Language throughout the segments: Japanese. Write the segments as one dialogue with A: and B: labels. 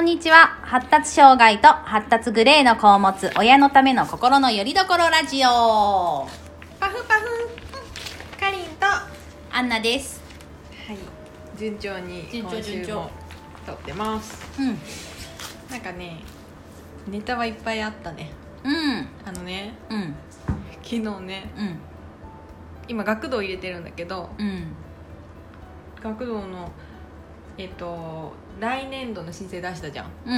A: んにちは発達障害と発達グレーの子を持つ親のための心のよりどころラジオ
B: パフパフかりんとは
A: アンナです
B: い順調に
A: 順調
B: 今週
A: 順調
B: も撮ってます
A: うん
B: なんかねネタはいっぱいあったね
A: うん
B: あのね
A: うん
B: 昨日ね
A: うん
B: 今学童入れてるんだけど
A: うん
B: 学童のえっと来年度の申請出したじゃん
A: う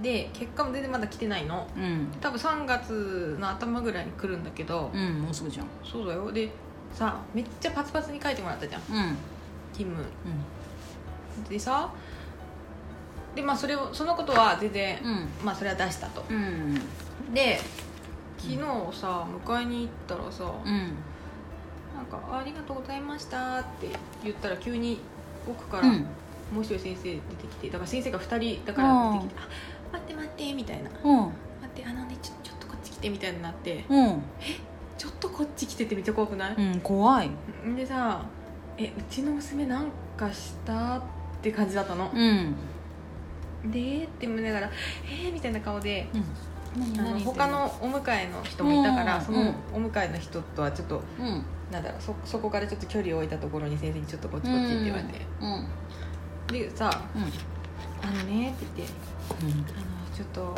A: ん
B: で結果も全然まだ来てないの
A: うん
B: 多分3月の頭ぐらいに来るんだけど、
A: うんもうすぐじゃん
B: そうだよでさめっちゃパツパツに書いてもらったじゃん
A: うん
B: 勤務
A: うん
B: でさでまあそれをそのことは全然、
A: うん
B: まあそれは出したと
A: うん
B: で昨日さ迎えに行ったらさ、
A: うん
B: なんかあ「ありがとうございました」って言ったら急に奥か
A: う
B: らも
A: ん
B: う一人先生出てきてだから先生が2人だから出てきて「あ待って待って」みたいな「待
A: うん
B: ってあのねちょちょっとこっち来て」みたいになって
A: うん
B: 「ちょっとこっち来て」ってめっちゃ怖くない、
A: うん怖い
B: ん、でさ「えうちの娘なんかした?」って感じだったの
A: う、ん
B: でって思いながら「えー」みたいな顔で
A: うん
B: あの他のお迎えの人もいたから、
A: うん
B: そうの
A: ん
B: お迎えの人とはちょっと
A: うん
B: なんだろうそそこからちょっと距離を置いたところに先生にちょっとこっちこっちって言われて、
A: うん
B: でさ
A: うん
B: 「あのね」って言って「あのちょっと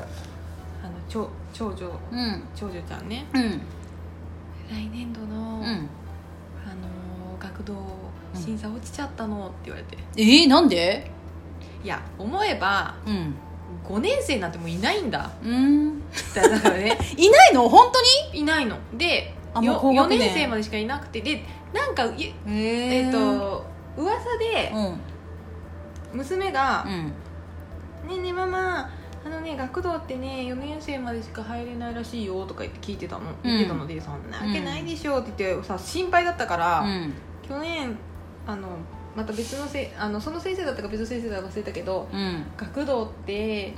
B: あの長長女
A: うん
B: 長女ちゃんね
A: うん
B: 来年度
A: う
B: の、
A: ん
B: あの学童審査落ちちゃったの」って言われて「
A: えー、なんで
B: いや思えば
A: うん
B: 5年生なんてもういないんだ」
A: うん
B: だからね
A: いないの本当に
B: いないので
A: あもう
B: よ
A: 高
B: 4
A: 学年
B: 年生までしかいなくてでなんかい
A: え
B: えっ、と噂で
A: うん
B: 娘が
A: う、ん
B: ねえねえママあのね学童ってね4年生までしか入れないらしいよとか言って聞いてたの言ってたので、そんなわけないでしょって言ってさ心配だったから、
A: うん
B: 去年あのまた別のせあのその先生だったか別の先生だったか忘れたけど
A: うん
B: 学童って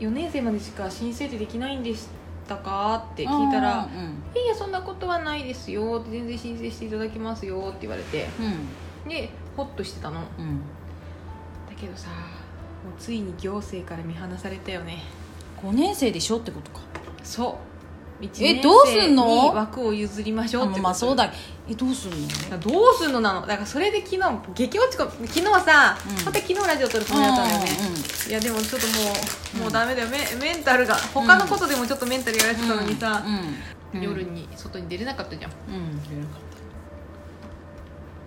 A: うん
B: 4年生までしか申請ってできないんでしたかって聞いたら
A: うん
B: 「いやいやそんなことはないですよ」って全然申請していただきますよって言われて
A: うん
B: でホッとしてたのだ
A: うん
B: けどさもうついに行政から見放されたよね
A: 五年生でしょってことか
B: そう1
A: えどうすんの
B: に枠を譲りましょう
A: あ
B: ってこと
A: まあそうだえどうするの
B: だからどうすんのなのだからそれで昨日激落ち込む昨日さ、
A: うん
B: また昨日ラジオ撮るつもりだったんだよね、いやでもちょっともう、
A: うん
B: もうダメだよメメンタルが他のことでもちょっとメンタルやられてたのにさ、
A: うん
B: 夜に外に出れなかったじゃんち
A: うん出なかっ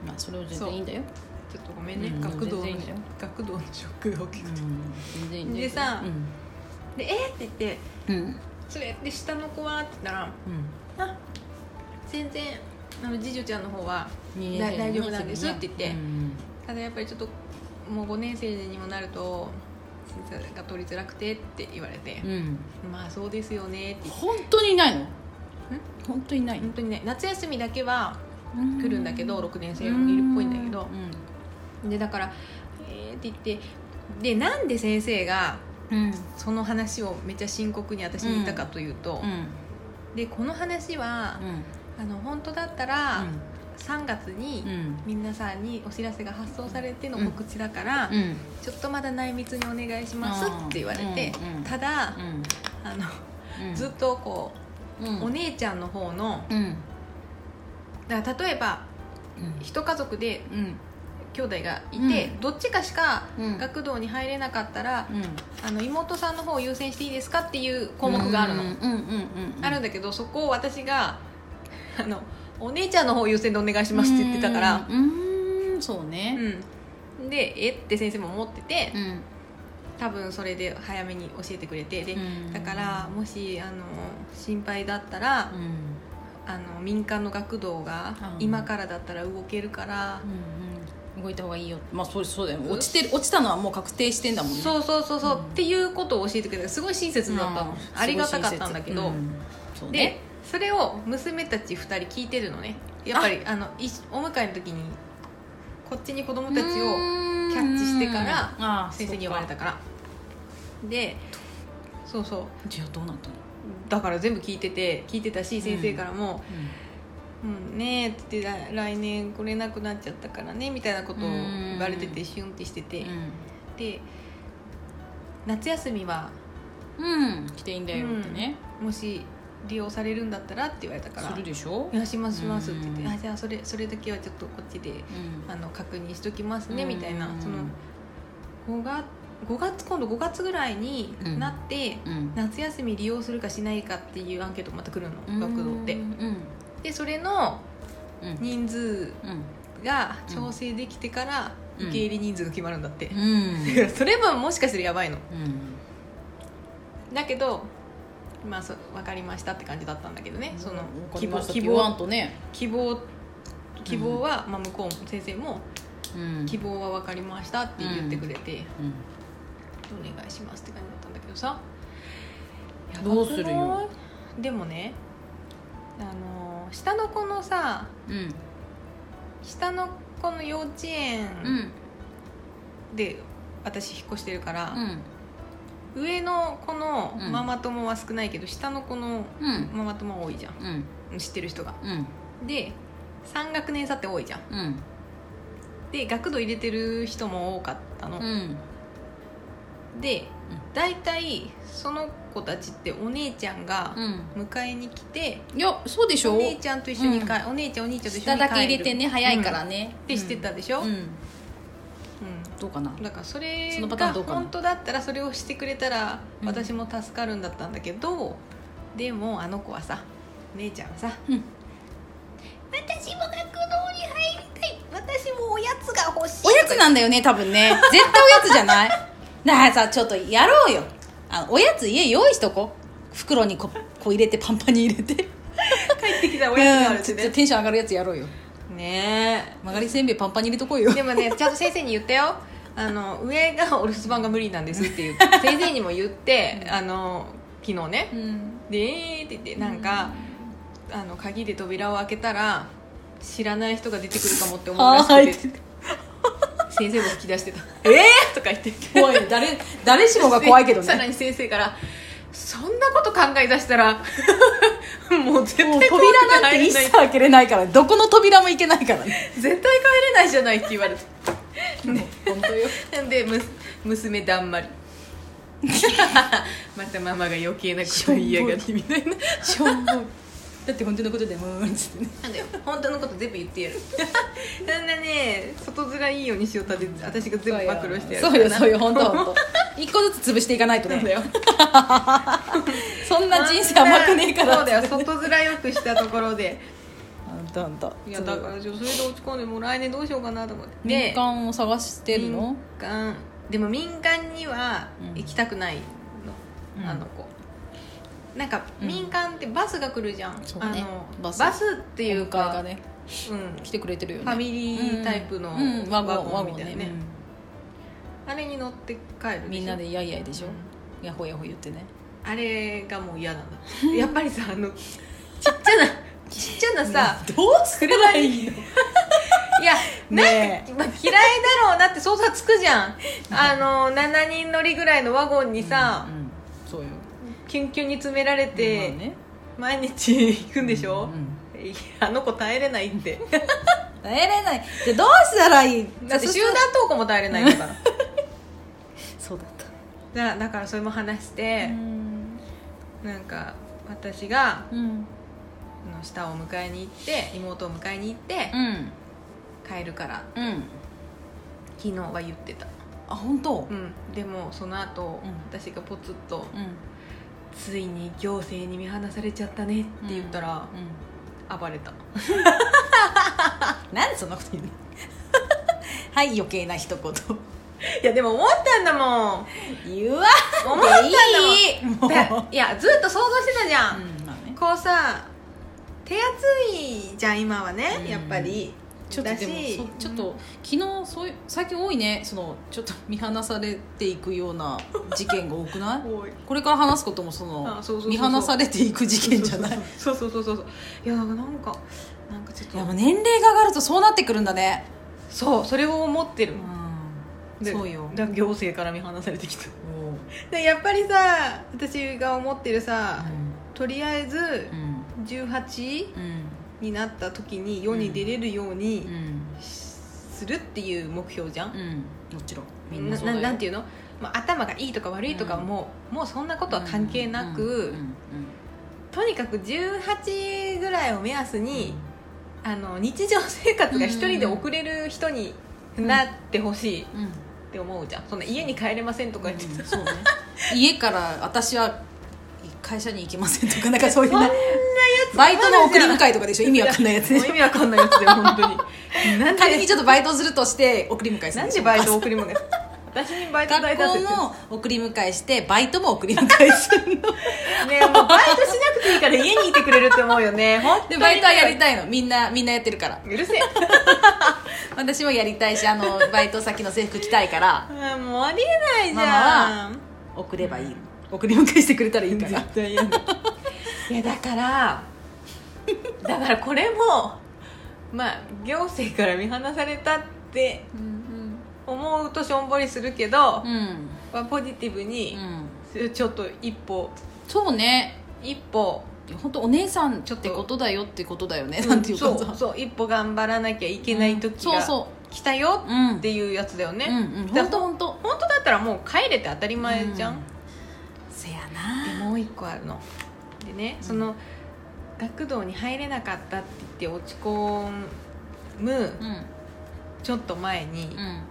A: たまあそれは全然いいんだよ
B: ょっとごめんね、
A: うん
B: 学童の
A: 全然いいよ
B: 学童のショックが大きくて、
A: 全然いいんだよ
B: でさ
A: うん
B: でえー、って言って
A: うん
B: それで下の子はって言ったら
A: うん
B: あ全然あの次女ちゃんの方は
A: 二
B: だ
A: 年生
B: 大丈夫なんですって言って
A: うん
B: ただやっぱりちょっともう5年生にもなると審査が取りづらくてって言われて
A: う、ん
B: まあそうですよねって言って
A: 本当にいないの本当にいない
B: 本当にね夏休みだけは来
A: 来
B: るんだけど6年生もいるっぽいんだけどでだから「えー」って言ってでなんで先生が
A: うんうん
B: その話をめっちゃ深刻に私に言ったかというと、
A: うん
B: でこの話は、あの本当だったら3月に、
A: うん
B: 皆さんにお知らせが発送されての告知だから、
A: うん
B: ちょっとまだ内密にお願いしますって言われて、
A: うんうん
B: ただあの、
A: うん
B: ずっとこ
A: う
B: う、
A: ん
B: お姉ちゃんの方の
A: うん
B: だから例えば一家族で
A: うん
B: 兄弟がいて、
A: うん
B: どっちかしか
A: うん
B: 学童に入れなかったら、
A: うん
B: あの妹さんの方を優先していいですかっていう項目があるの、
A: うんうんうんうん
B: あるんだけどそこを私があのお姉ちゃんの方を優先でお願いしますって言ってたから、
A: うんうんそう
B: うん
A: ね
B: でえって先生も思ってて、
A: うん
B: 多分それで早めに教えてくれてで、
A: うん
B: だからもしあの心配だったら、
A: うん
B: あの民間の学童が
A: うん
B: 今からだったら動けるから、
A: うん動いた方がいいよまあそうそうだよ落ちてる落ちたのはもう確定してんだもんね
B: そうそうそうそう、
A: うん
B: っていうことを教えてくれてすごい親切だったの、
A: うん
B: ありがたかったんだけど、
A: うんそう
B: で
A: ね
B: それを娘たち2人聞いてるのねやっぱりあのいお迎えの時にこっちに子供たちをキャッチして
A: う
B: から
A: んああ
B: 先生に呼ばれたからでそうそ
A: そ
B: う
A: うかじゃあどうなったの
B: だから全部聞いてて聞いてたし先生からも「うん、ねえ」って言って「来年来れなくなっちゃったからね」みたいなことを言われて
A: う
B: て
A: ん
B: シュンってしてて
A: うん
B: で夏休みは
A: うん来ていいんだよってね、
B: もし利用されるんだったらって言われたから
A: するでしょ
B: い、やしますします」って言って「
A: うん
B: あじゃあそれそれだけはちょっとこっちで
A: うん
B: あの確認しときますね」
A: うん
B: みたいなその5月5月今度5月ぐらいに
A: うん
B: なって、
A: うん
B: 夏休み利用するかしないかっていうアンケートまた来るの、学童って
A: うん
B: でそれの
A: うん
B: 人数
A: うん
B: が調整できてから
A: うん
B: 受け入れ人数が決まるんだって
A: う、ん
B: だ からそれももしかしたらやばいの
A: うん
B: だけどまあそう分かりましたって感じだったんだけどね、その
A: 希
B: 希
A: 望
B: 望
A: 希
B: 希
A: 望
B: 望
A: とね、
B: 希望希望は、まあ、向こうも先生も
A: うん
B: 希望は分かりましたって言ってくれて、
A: うん
B: お願いしますって感じだったんだけどさやばくない
A: どうするよ
B: でもねあの下の子のさ
A: うん
B: 下の子の幼稚
A: う
B: 園
A: ん
B: で私引っ越してるから
A: う、ん
B: 上の子の
A: うん
B: ママ友は少ないけど、下の子の
A: うん
B: ママ友は多いじゃん
A: うん
B: 知ってる人が
A: うん
B: で3学年差って多いじゃん
A: うん
B: で学童入れてる人も多かったの、
A: うん
B: で
A: うん
B: 大体その子たちってお姉ちゃんが
A: うん
B: 迎えに来て、
A: いやそうでし
B: お
A: ょ
B: 姉ちゃんと一緒に帰、お姉ちゃんお兄ちゃんと一緒
A: 下
B: に帰
A: だ
B: る
A: け入れてね早いから
B: うんっ
A: ね
B: てしてたでしょ、
A: う
B: うん
A: んどうかな
B: だからそれ
A: そのパターン
B: が
A: どうかな
B: 本当だったらそれをしてくれたら
A: うん
B: 私も助かるんだったんだけど、でもあの子はさお姉ちゃんはさ
A: うん
B: 私も学童に入りたい私もおやつが欲しい
A: おやつなんだよね多分ね絶対おやつじゃないだからさちょっとやろうよあのおやつ家用意しとこ袋にここう入れてパンパンに入れて
B: 帰ってきたらおやつがある
A: うんち
B: って
A: ょっと
B: ね、
A: テンション上がるやつやろうよ
B: ね
A: 曲がりせんべいパンパンに入れとこうよ
B: えでもねちゃんと先生に言ったよあの上がお留守番が無理なんですっ て言って先生にも言ってあの昨日ね
A: うん
B: でえーって言ってなんか、あの鍵で扉を開けたら知らない人が出てくるかもって思うら
A: は
B: し
A: い
B: くて先生も吹き出して た
A: えー
B: 「とか言って
A: 怖い誰誰しもが怖いけど
B: さら
A: ね
B: に先生から「そんなこと考え出したら もう絶
A: もう
B: 対怖く
A: 扉なん
B: 入
A: て
B: れ
A: 一
B: ない
A: 切開けれないからどこの扉も行けないからね
B: 絶対帰れないじゃない」って言われて
A: 本当よ
B: でむ娘だんまり またママが余計なこと言いやがってみたいな
A: しょうもないだって本当のことでもうーんっつってね
B: なんだよ 本当のこと全部言ってやる そんなね外面いいようにしようたって私が全部暴露してやる
A: そうよそうよ
B: ほ
A: 本
B: ん
A: 当
B: と
A: 本 当一個ずつ潰していかないと
B: そうだ
A: ね
B: よ
A: そんな人生甘くねえから
B: そうだよ外面よくしたところ で
A: 本当本当
B: いやだからじゃあそれで落ち込んでもう来年どうしようかなと思って
A: 民間を探してるの
B: 民間でも民間には
A: うん
B: 行きたくないの、
A: うん
B: あの子なんか
A: うん
B: 民間ってバスが来るじゃん、
A: そう
B: あ
A: ね
B: の
A: バ
B: バ
A: ス
B: スっていう
A: 今回
B: か、
A: がね
B: うん、
A: 来てくれてるよ
B: フ
A: ね
B: ァミリータイプの
A: うんうんワ
B: ワ
A: ゴンワ
B: ゴン
A: ゴ
B: み
A: ン
B: たいなね,、
A: ね
B: あれに乗って帰る
A: うんみんなでやいやいで
B: で
A: しょやほやほ言って ね
B: あれがもう嫌なんだ やっぱりさあのちっちゃなちっちゃなさ
A: どうすればいいの
B: いや
A: ね
B: まあ、嫌いだろうなって想像はつくじゃんあの7人乗りぐらいのワゴンにさ、
A: うんうんそうよ
B: キュンキュンに詰められて、
A: まあね
B: 毎日行くんでしょ、
A: うん
B: いやあの子耐えれない って
A: 耐えれないでどうしたらいい
B: だって集団登校も耐えれないんだから
A: そうだった
B: だだからそれも話して
A: う、ん
B: なんか私が
A: うん
B: あの下を迎えに行って妹を迎えに行って
A: うん
B: 帰るから
A: うん
B: 昨日は言ってた、
A: あ本当
B: うん、でもその後、
A: うん
B: 私がポツッと
A: うんうん
B: 「ついに行政に見放されちゃったね」って言ったら、暴れた
A: なんでそんなこと言うの はい余計な一言
B: いやでも思ったんだもん
A: 言わ
B: 思ったんだもん
A: いい もう
B: だいやずっと想像してたじゃん、
A: うんまあね
B: こうさ手厚いじゃん今はね、
A: うん
B: やっぱり
A: ちょっと
B: だし
A: でもそちょっと昨日そういう最近多いねそのちょっと見放されていくよう な事件が多くない
B: 多い
A: これから話すこともその
B: あそうそうそう
A: 見
B: そう
A: 放されていく事件じゃない
B: そうそうそうそうそういやなんかなんかちょっ
A: いやもう
B: と
A: 年齢が上がるとそうなってくるんだね
B: そうそれを思ってる
A: うん
B: で
A: そうよ
B: だから行政から見放されてき
A: お
B: た
A: う
B: でやっぱりさ私が思ってるさ、
A: うん
B: とりあえず
A: うん
B: 18
A: うん
B: になった時に世に出れるよう
A: う
B: に
A: ん
B: するっていう目標じゃん、
A: うんもちろんみんな
B: な
A: そうだ
B: な
A: よ
B: なんていうのまあ、頭がいいとか悪いとかはもう,もうそんなことは関係なく、
A: うんうん
B: とにかく18ぐらいを目安に、あの日常生活が一人で送れる人になってほしいっ
A: うんうんうん
B: て思うじゃんそんな家に帰れませんとか言って
A: うん
B: さ、
A: そうね家から私は会社に行けませんと かなんかそういうねバイトの送り迎えとかでしょ意味わかんないやつ
B: もう
A: ね
B: 意味わかんないやつで本当 になん
A: 仮に
B: で
A: ちょっとバイトするとして送り迎えする
B: なん
A: でし
B: で
A: ょ
B: バイト送りもね私にバイト代
A: 学
B: だっ
A: 校
B: て言って
A: も送り迎えしてバイトも送り迎えす るの
B: ねもうバイトしなくていいから家にいてくれるって思うよ ね本当
A: で
B: に
A: バイトはやりたいのみんなみんなやってるから
B: うるせえ
A: 私もやりたいしあ のバイト先の制服着たいから
B: うん もうありえないじ
A: マ
B: ゃん
A: 送ればいい送り迎えしてくれたらいいから
B: 絶対嫌だいやだからだからこれもまあ行政から見放されたって
A: うん
B: 思うとしょんぼりするけど、
A: うんうん
B: まあ、ポジティブに、ちょっと一歩
A: そうね
B: 一歩
A: 本当お姉さんっ
B: ちょっと
A: てことだよってことだよね、なんていうか
B: そうそう一歩頑張らなきゃいけない時
A: そう
B: が
A: そ
B: 来たよ
A: ううん
B: っていうやつだよ
A: うん
B: ね、
A: うん
B: だ
A: 本当本当
B: 本当だったらもう帰れて当たり前じゃん、
A: うんせや
B: で
A: な
B: もう一個あるのでねその学童に入れなかったって言って落ち込む
A: うん
B: ちょっと前に、
A: うん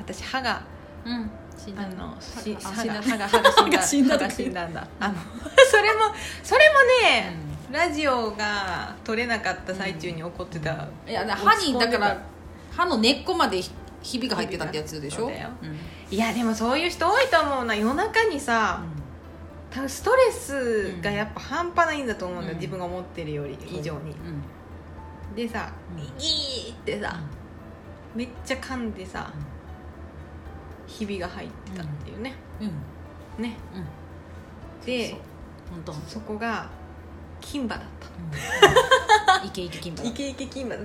B: 私歯が
A: うん死ん
B: あ
A: だ
B: のし
A: あ
B: 歯
A: 死ん
B: が
A: だ
B: 歯が歯が
A: 歯が死んだ
B: 歯が死んだんだあのそれもそれもね、ラジオが撮れなかった最中に起こってた、
A: いや歯
B: 落ち
A: に
B: 込んで
A: だ
B: た
A: から歯の根っこまでひひびが入ってたってやつでしょ
B: ひびが
A: うん
B: いやでもそういう人多いと思うな夜中にさ多分ストレスがやっぱ半端ないんだと思うん
A: う
B: だ、
A: ん
B: 自分が思ってるより以上に、
A: うん
B: でさ
A: うん
B: 「ギー!」ってさ、めっちゃ噛んでさ
A: うん
B: ひびが入ってたっていうね、
A: うん
B: ね
A: うん
B: で
A: 本 当
B: そこが金歯だった
A: うんいけいけ金
B: イ
A: 箔
B: ケイケ金馬だ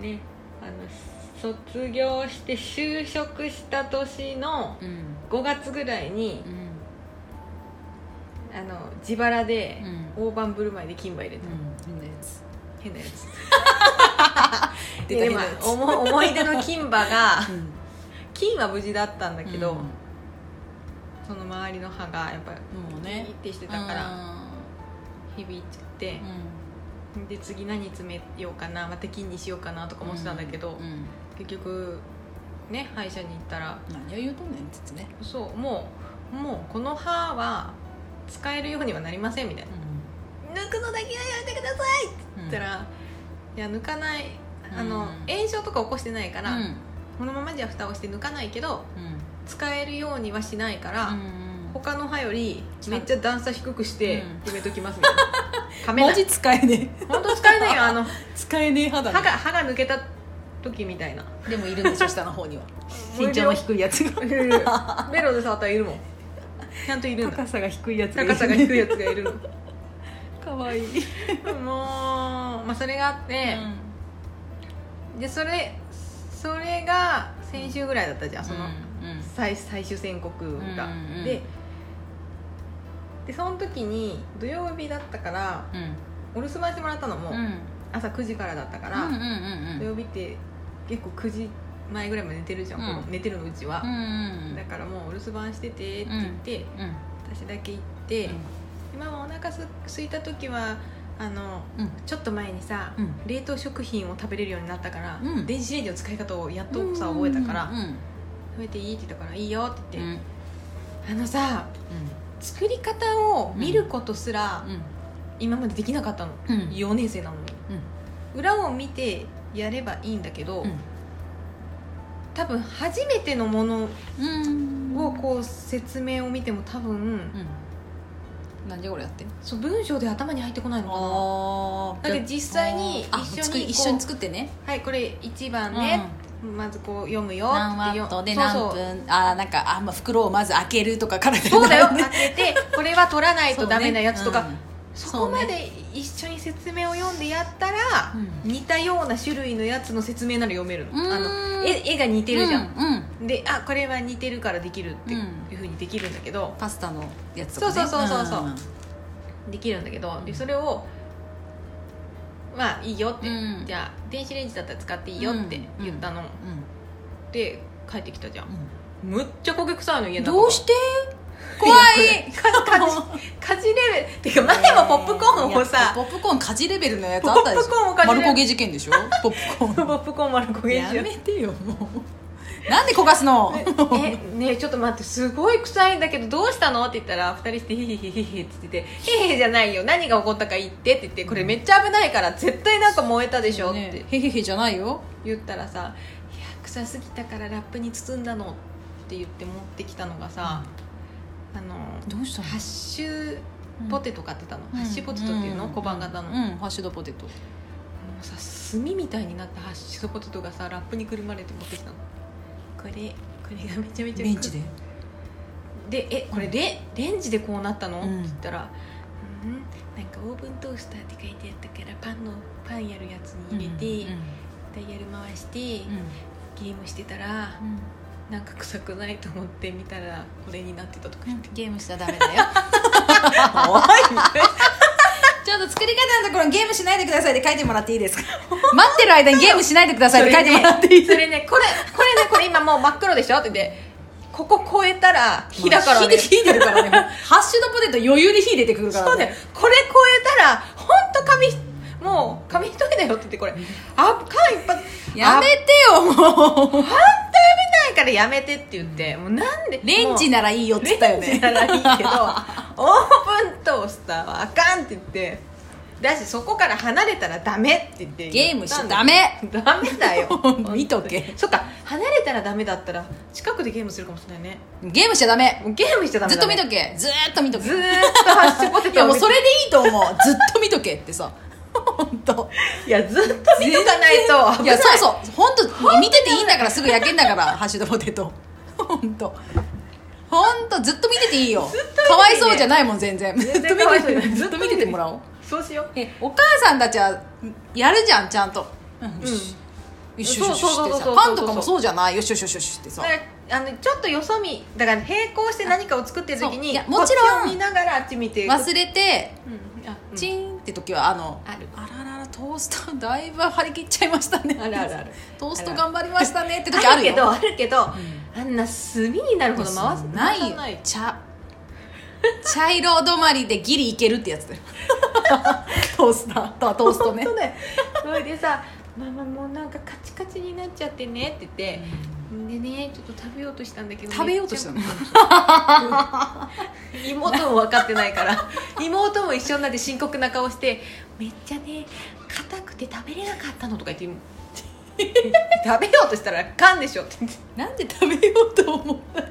B: ねあの卒業して就職した年の
A: うん
B: 5月ぐらいに
A: う、ん
B: あの自腹で
A: うん
B: 大盤振る舞いで金馬入れた、
A: うんいいです
B: 変なやつ
A: 出た
B: で
A: 変なやつ
B: まあ思思い出の金馬が
A: うん
B: 金は無事だったんだけど、
A: うん
B: その周りの歯がやっぱり
A: もう
B: ピ
A: ね
B: ーってしてたから響いちゃって
A: う、ん
B: で次何詰めようかなまた金にしようかなとか思ってたんだけ
A: う
B: ど、
A: んうん
B: 結局ね歯医者に行ったら
A: 何を言うとんねんつつね
B: そうもうもうこの歯は使えるようにはなりませんみたいな「抜くのだけはやめてください」って
A: う
B: 言
A: ん
B: ったら「いや抜かないあの、
A: うん
B: 炎症とか起こしてないから、
A: うん
B: このままじゃ蓋をして抜かないけど
A: うん
B: 使えるようにはしないから、
A: うん
B: 他の歯よりめっちゃ段差低くして
A: うん
B: 決めときますみ たいな噛めな
A: マ
B: い
A: ジ使えねえ
B: 本当使えないよあの
A: 使えねえ肌
B: 歯が歯が抜けた時み たいな
A: でもいるんでしょ下の方には
B: 身長の
A: 低いやつが
B: ベロで触ったらいるもんちゃんといるんだ
A: さが低いやつ
B: 高さが低いやつがいるの
A: かわいい
B: もう、まあ、それがあって、でそれそれが先週ぐらいだったじゃんその最最終宣告が、
A: うんうん
B: ででその時に土曜日だったからお留守番してもらったのも、朝9時からだったから、土曜日って結構9時前ぐらいまで寝てるじゃん、
A: うん
B: この寝てるのうちは、だからもうお留守番しててって言って、私だけ行って、今はお腹す空いた時はあのちょっと前にさ、冷凍食品を食べれるようになったから、
A: うん
B: 電子レンジの使い方をやっとさ覚えたから、
A: うん
B: 食べていいって言ったから「いいよ」って
A: う
B: 言っ
A: ん
B: て、あのさ作り方を見ることすら今までできなかったの、
A: うん
B: 4年生なのに裏を見てやればいいんだけど、多分初めてのもの
A: うん
B: をこう説明を見ても多分、
A: うん何時頃やってん
B: そう文章で頭に入ってこないのかな
A: あ
B: だって実際に
A: あ
B: 一緒
A: 作
B: に
A: り
B: こう
A: 一緒に作ってね
B: はいこれ1番ね、まずこう読むよ
A: 何
B: って
A: ワ
B: よ
A: ットで
B: そ
A: 何
B: うそう
A: 分あーなんかあまあ袋をまず開けるとかから
B: そうだよ
A: ね
B: 開けてこれは取らないとダメなやつとかそ,、
A: そう
B: こ
A: ね
B: まで一緒に説明を読んでやったら、
A: う
B: 似たような種類のやつの説明なら読めるの
A: うーん
B: あの絵絵が似てるじゃ
A: う
B: ん、
A: んうん
B: であこれは似てるからできるって
A: う
B: い
A: ん
B: うふうにできるんだけど、
A: パスタのやつとかね
B: そうそうそうそうそうんできるんだけどで
A: うん
B: それをまあいいよって、
A: うん
B: じゃあ電子レンジだったら使っていいよって言ったの、
A: うん
B: で帰ってきたじゃん、
A: う
B: むっちゃ焦げ臭いの家の中
A: どうして怖い
B: かかじかじレベルっていうか前もポップコーンをさ
A: いやポップコーンかじレベルのやつあったでしょ
B: ポップコーンをかじレベル
A: 丸焦げ事件でしょポップコ
B: ポ
A: ーン
B: ップコーン丸焦げ
A: や
B: じゃん
A: めてよもうなんで焦がすの
B: えねえちょっと待ってすごい臭いんだけどどうしたのって言ったら二人してヒヒヒヒヒって言って「ヒヒヒじゃないよ何が起こったか言って」って言って「これめっちゃ危ないから絶対なんか燃えたでしょ」っ
A: ね
B: て
A: へへへじゃないよ
B: 言ったらさ「いや臭すぎたからラップに包んだの」って言って持ってきたのがさあの
A: どうした
B: ハッシュポテト買ってたの、ハッシュポテトっていうの、
A: ん
B: 小判型の、
A: うん
B: もう
A: ハッシュドポテト
B: さ炭みたいになったハッシュポテトがさラップにくるまれて持ってきたのこれこれがめちゃめちゃ
A: ベンチで
B: で「えこれレレンジでこうなったの?」
A: う
B: って
A: ん
B: 言ったら「うんなんかオーブントースターって書いてあったからパンのパンやるやつに入れて、
A: うん
B: ダイヤル回して、ゲームしてたら
A: うん
B: なんか臭くないと思って見たらこれになってたとか
A: う
B: 言っ
A: ん
B: て
A: ゲームしちゃダメだよ
B: 「かわいい
A: ちょっと作り方のところにゲームしないでくださいって書いてもらっていいですか待ってる間にゲームしないでくださいって書いてもらっていい
B: それねこれこれねこれ今もう真っ黒でしょって言ってここ越えたら火だから
A: まあ
B: ね、
A: 火で火出るからねもうハッシュドポテト余裕で火出てくるから
B: そうだよこれ超えたら本当紙もう紙一重だよって言ってこれあ間一発
A: やめてよもう
B: 危ないからやめてって言ってもうなんで
A: レンジならいいよっ
B: もう
A: つったよ
B: レンジ
A: ね
B: ならいい けどオーブントースターはあかんって言ってだしそこから離れたらダメって言って
A: ゲームしちゃ
B: 言った
A: ダ
B: んだ
A: メ
B: ダメ だよ
A: 見とけ
B: そっか離れたらダメだったら近くでゲームするかもしれないね
A: ゲームしちゃダメ
B: もうゲームしちゃダメ
A: ずっ
B: だ、
A: と
B: ね、
A: 見とけずーっと見とけ
B: ずーっとハッシュポテ
A: いや
B: トを
A: もう
B: 見て
A: それでいいと思うずっと見とけってさ 本当。
B: いやずっと見とかないと危ない
A: いやそうそう本当見てていいんだからすぐ焼けんだからハッシュドポテト本当本当ずっと見てていいよかわいそうじゃないもん全然
B: 全然かわいそうじゃ ない
A: ずっと見ててもらおう
B: そうしよう
A: えお母さんたちはやるじゃんちゃんとうんよしよしよしよし
B: そうそう
A: っ
B: そ
A: て
B: うそ
A: さ
B: う
A: パンとかもそうじゃないよしよしよしよしってさ
B: だからあのちょっとよそ見だから並行して何かを作ってる時
A: そうい
B: に
A: やもちろん
B: こっちを見ながらあっち見て
A: 忘れて
B: うんあうん
A: チーンって時はあの
B: ある
A: あらららトーストだいぶ張り切っちゃいましたね
B: あるあるある
A: トースト頑張りましたねって時
B: あ
A: あ
B: る
A: る
B: け
A: よ
B: どあるけど、あんな炭になるほど回す
A: ない
B: 回
A: よ
B: さない
A: 茶茶色止まりでギリいけるってやつだよ トースターとトーストね
B: 本当ねそれでさ「ママもうなんかカチカチになっちゃってね」って言って「でねちょっと食べようとしたんだけど
A: 食べようとしたの
B: めっちゃ 妹も分かってないから妹も一緒になって深刻な顔して「めっちゃね硬くて食べれなかったの」とか言って 「食べようとしたらかんでしょ」って言って
A: なんで食べようと思ったの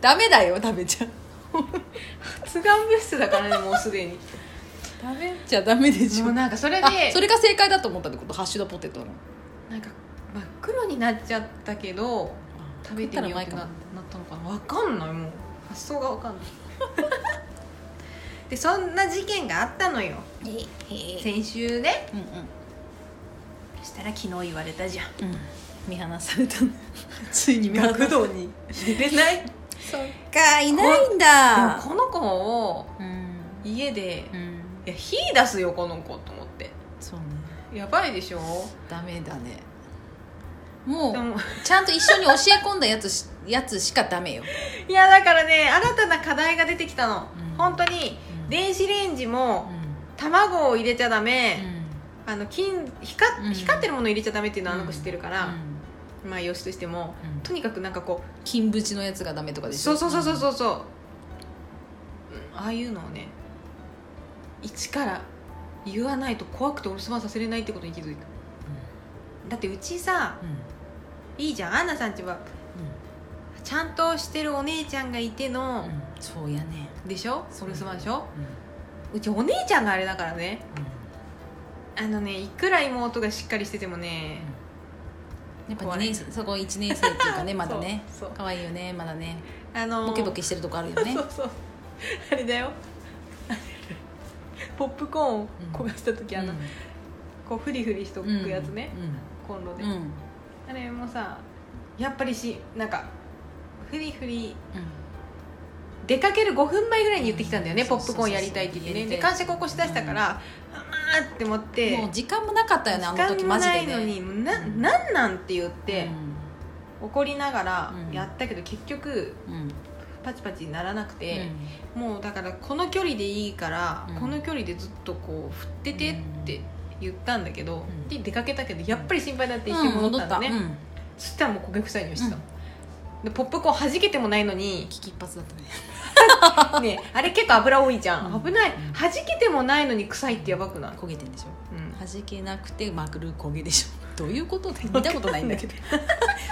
A: ダメだよ食べちゃ
B: 発がん物質だからねもうすでに
A: ダメじゃダメでしょ
B: もうなんかそれで
A: あそれが正解だと思ったってことハッシュドポテトの
B: なんか真っ黒になっちゃったけど食べてみようって
A: 食
B: なな
A: っ
B: ったのかなわかんないもう発想がわ かんないでそんな事件があったのよ先週ね
A: うん
B: そしたら昨日言われたじゃん
A: うんうん見放されたのついに見放され
B: 学
A: た
B: 童に入れない
A: そうかいないんだ
B: この子を
A: うん
B: 家で
A: うん
B: いや火出すよこの子と思って
A: そうね
B: やばいでしょ
A: ダメだねもう
B: でも
A: ちゃんと一緒に教え込んだやつしやつしかダメよ、
B: いやだからね新たな課題が出てきたの、
A: うん
B: 本当に電子レンジ
A: う
B: も
A: ん
B: 卵を入れちゃダメ、
A: うん
B: あの金光
A: うん
B: 光ってるもの入れちゃダメっていうのはあの子知ってるから、
A: うん
B: まあよしとしても、
A: うん
B: とにかくなんかこ
A: 金縁のやつがダメとか
B: う
A: でし
B: そ
A: ょ
B: うそうそうそう
A: う
B: そうそううんああいうのをね一から言わないと怖くてお留守番させれないってことに気づいただってうちさ
A: んうん
B: いいじゃんアンナさんちはちゃんとしてるお姉ちゃんがいての
A: うん、うんそうやね、
B: でしょお
A: そう
B: 留守番でしょ
A: うん
B: うちお姉ちゃんがあれだからねあのねいくら妹がしっかりしててもね
A: やっぱ
B: 怖
A: 2
B: い
A: 年生そこ1年生っていう かねまだね
B: そうそう
A: 可愛いよねまだね
B: あの
A: ボケボケしてるとこあるよね
B: そうそうあれだ よポップコーンを焦がした時、あのこうフリフリしとく
A: うん
B: やつね、コンロ
A: う
B: で、
A: んうんうん
B: あれもさやっぱりしなんかフリフリ出かける5分前ぐらいに言ってきたんだよね、
A: うん
B: ポップコーンやりたいって言ってね
A: そうそうそう
B: で感触起こしだしたから、あーって思って
A: もう時間もなかったよねあの
B: 時
A: 時
B: 間も
A: マジ
B: ない
A: で
B: の
A: ね
B: にななんなんって言って
A: う、ん
B: 怒りながら
A: うん
B: やったけど、結局
A: うん
B: パチパチにならなくて、もうだからこの距離でいいから、
A: うん
B: この距離でずっとこう振っててって言ったんだけど、
A: うん
B: で出かけたけどやっぱり心配だって
A: で
B: 一
A: 一
B: 緒に
A: 瞬戻
B: 戻
A: っ
B: った
A: た
B: のね、
A: うん
B: そしたらもう焦げ臭い匂いしてたの
A: う
B: でポップコーン弾けてもないのに
A: 危機一髪だったね
B: ねあれ結構油多いじゃん、
A: うん
B: 危な
A: う
B: い
A: ん
B: 弾けてもないのに臭いってやばくない、
A: 焦げてんでしょ
B: うん
A: 弾けなくてまくる焦げでしょどういうことって見たことないんだけど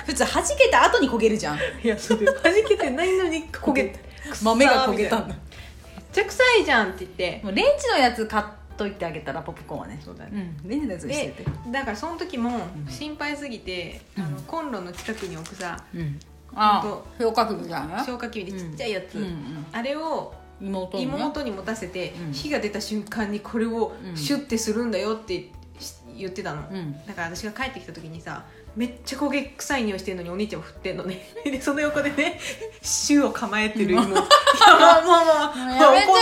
A: 普通弾けた後に焦げるじゃん
B: いやそれ弾けてないのに焦げて
A: 豆が焦げたん
B: め
A: だ
B: っちゃ臭いじゃんって言って
A: もうレンチのやつ買っといてあげたらポップコーンはね
B: そうだね
A: うんレンチのやつにしてて
B: だからその時も
A: ん
B: 心配すぎて、
A: うん
B: あのコンロの近くに置くさ
A: うん
B: ほん
A: あ
B: と
A: あ評価額じゃん
B: 消火器でちっちゃいやつ、
A: うんうん
B: あれを
A: 妹のね
B: 妹に持たせて、
A: うん
B: 火が出た瞬間にこれを
A: うん
B: シュッてするんだよってし言ってたの、
A: うん
B: だから私が帰ってきた時にさめっちゃ焦げ臭い匂いしてるのにお兄ちゃんも振ってんのね でその横でねシューを構えてる妹いやもうもうもう
A: もうやめてよ
B: こ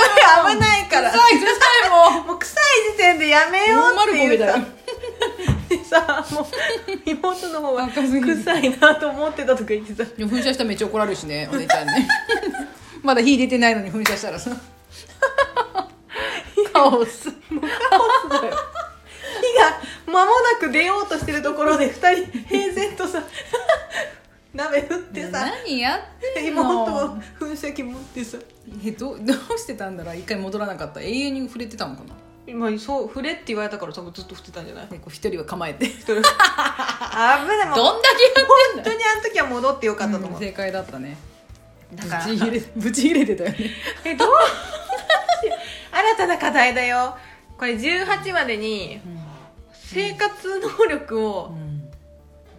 B: れ危ないから
A: 臭い臭い もう
B: もう臭い時点でやめようっていう
A: 大
B: さ
A: 丸
B: でさもう妹の方は
A: 若すぎて
B: 臭いなと思ってたとか言ってさ
A: でも噴射したらめっちゃ怒られるし ねお姉ちゃんねまだ火出てないのに噴射したらさ カオス
B: 火が間もなく出ようとしてるところで二人平然とさ 鍋振ってさ
A: 何やってん
B: 妹を
A: の
B: 噴射器持ってさ
A: えど どうしてたんだろう一回戻らなかった永遠に触れてたのかな
B: 今そう振れって言われたから多分ずっと振ってたんじゃない
A: でこう一人は構え て
B: 一人危ないもう
A: どんだけやってん
B: 本
A: だ
B: 当
A: よ
B: にあの時は戻ってよかったと
A: うん
B: 思う、
A: 正解だったね
B: だから
A: ぶち切れ ぶち切れてたよね
B: えどう 新たな課題だよこれ18までに生活能力を
A: うん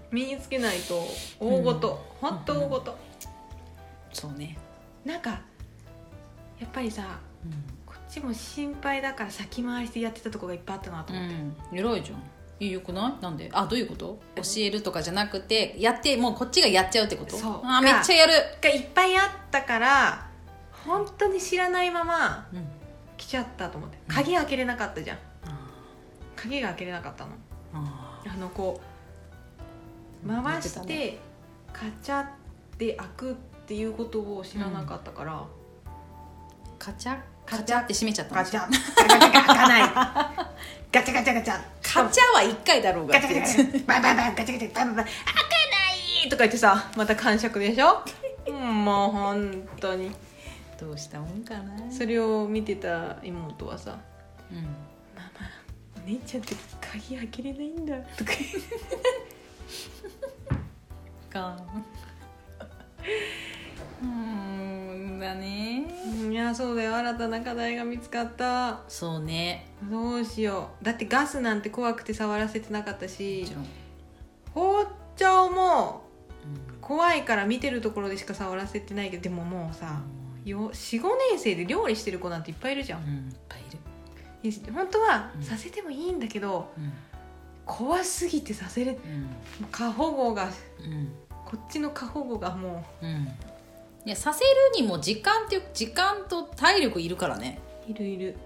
B: 身につけないと大ごと、
A: ん
B: 本当大ごと、
A: そうね
B: なんかやっぱりさこっちも心配だから先回りしてやってたとこがいっぱいあったなと
A: う
B: 思って、
A: ん偉いじゃんいいよくないなんであどういうこと教えるとかじゃなくてやってもうこっちがやっちゃうってこと
B: そう
A: あめっちゃやる
B: がいっぱいあったから本当に知らないまま
A: うん
B: 来ちゃったと思って鍵開けれなかったじゃん鍵が開けれなかったの
A: あ
B: あのこ
A: う
B: う
A: ん
B: 回し
A: やってた
B: てカチャって開くっていうことを知らなかったから、
A: ーカチャカチャって閉めちゃったんでしょ
B: ャガチャガチャ開かない ガチャガチャガチャ
A: カチャは1回だろうが
B: ガチャガチャガチャバンバンバンガチャガチャバンバンバン開かないとか言ってさまた感触でしょうんもう本当に
A: どうしたもんかな
B: それを見てた妹はさ
A: うん
B: 「ママお姉ちゃんって鍵開けれないんだ」とか言って
A: かうーんだね
B: うんいやそうだよ新たな課題が見つかった
A: そうね
B: どうしようだってガスなんて怖くて触らせてなかった
A: も
B: し
A: ちろん、
B: 包丁も
A: うん
B: 怖いから見てるところでしか触らせてないけどでももうさよ45年生で料理してる子なんていっぱいいるじゃん
A: うんいっぱいいる、
B: いや本当は
A: うん
B: させてもいいんだけど、
A: うん
B: 怖すぎてさせれ過保護が
A: うん
B: こっちの過保護がも
A: うんいやさせるにも時間って時間と体力いるからね
B: ういるいる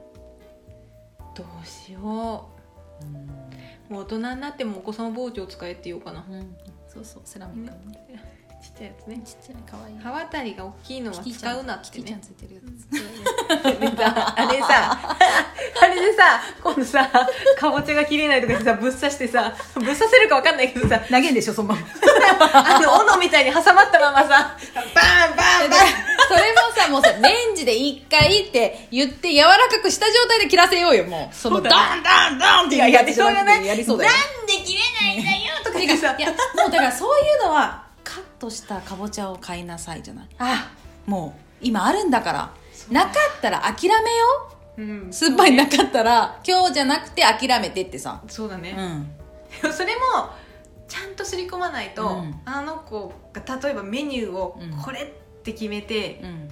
B: どうしようもう大人になってもお子様包丁使えって言おうかな
A: うんそうそうセラミックのね
B: ちっちゃいやつね
A: ちっちゃい可愛い
B: 刃渡りが大きいのは
A: キティちゃん
B: 使うなって
A: キティちゃんつ
B: ね
A: いてるやつ
B: でさあれさ あれでさ今度さかぼちゃが切れないとかでさぶっ刺してさぶっ刺せるかわかんないけどさ
A: 投げんでしょそのまま
B: あの斧みたいに挟まったままさバンバンバン
A: それもさもうさレンジで一回って言って柔らかくした状態で切らせようよもうその
B: そう
A: ドン
B: だ
A: ド
B: ね
A: ンドンって
B: いや
A: や
B: や
A: っ
B: り
A: て
B: そうじゃない
A: やりそうだよ
B: なんで切れないんだよとか
A: て
B: 言
A: か
B: っ
A: い
B: て
A: や
B: さ
A: もうだからそういうのはカットしたかぼちゃを買いなさいじゃない
B: あ
A: もう今あるんだから
B: そう
A: なかったら諦めよ
B: うん
A: う酸っぱいなかったら今日じゃなくて諦めてってさ
B: そうだ
A: う
B: ね、
A: ん
B: でもそれもちゃんとすり込まないと、
A: うん
B: あの子が例えばメニューを
A: うん
B: これって決めて、
A: うん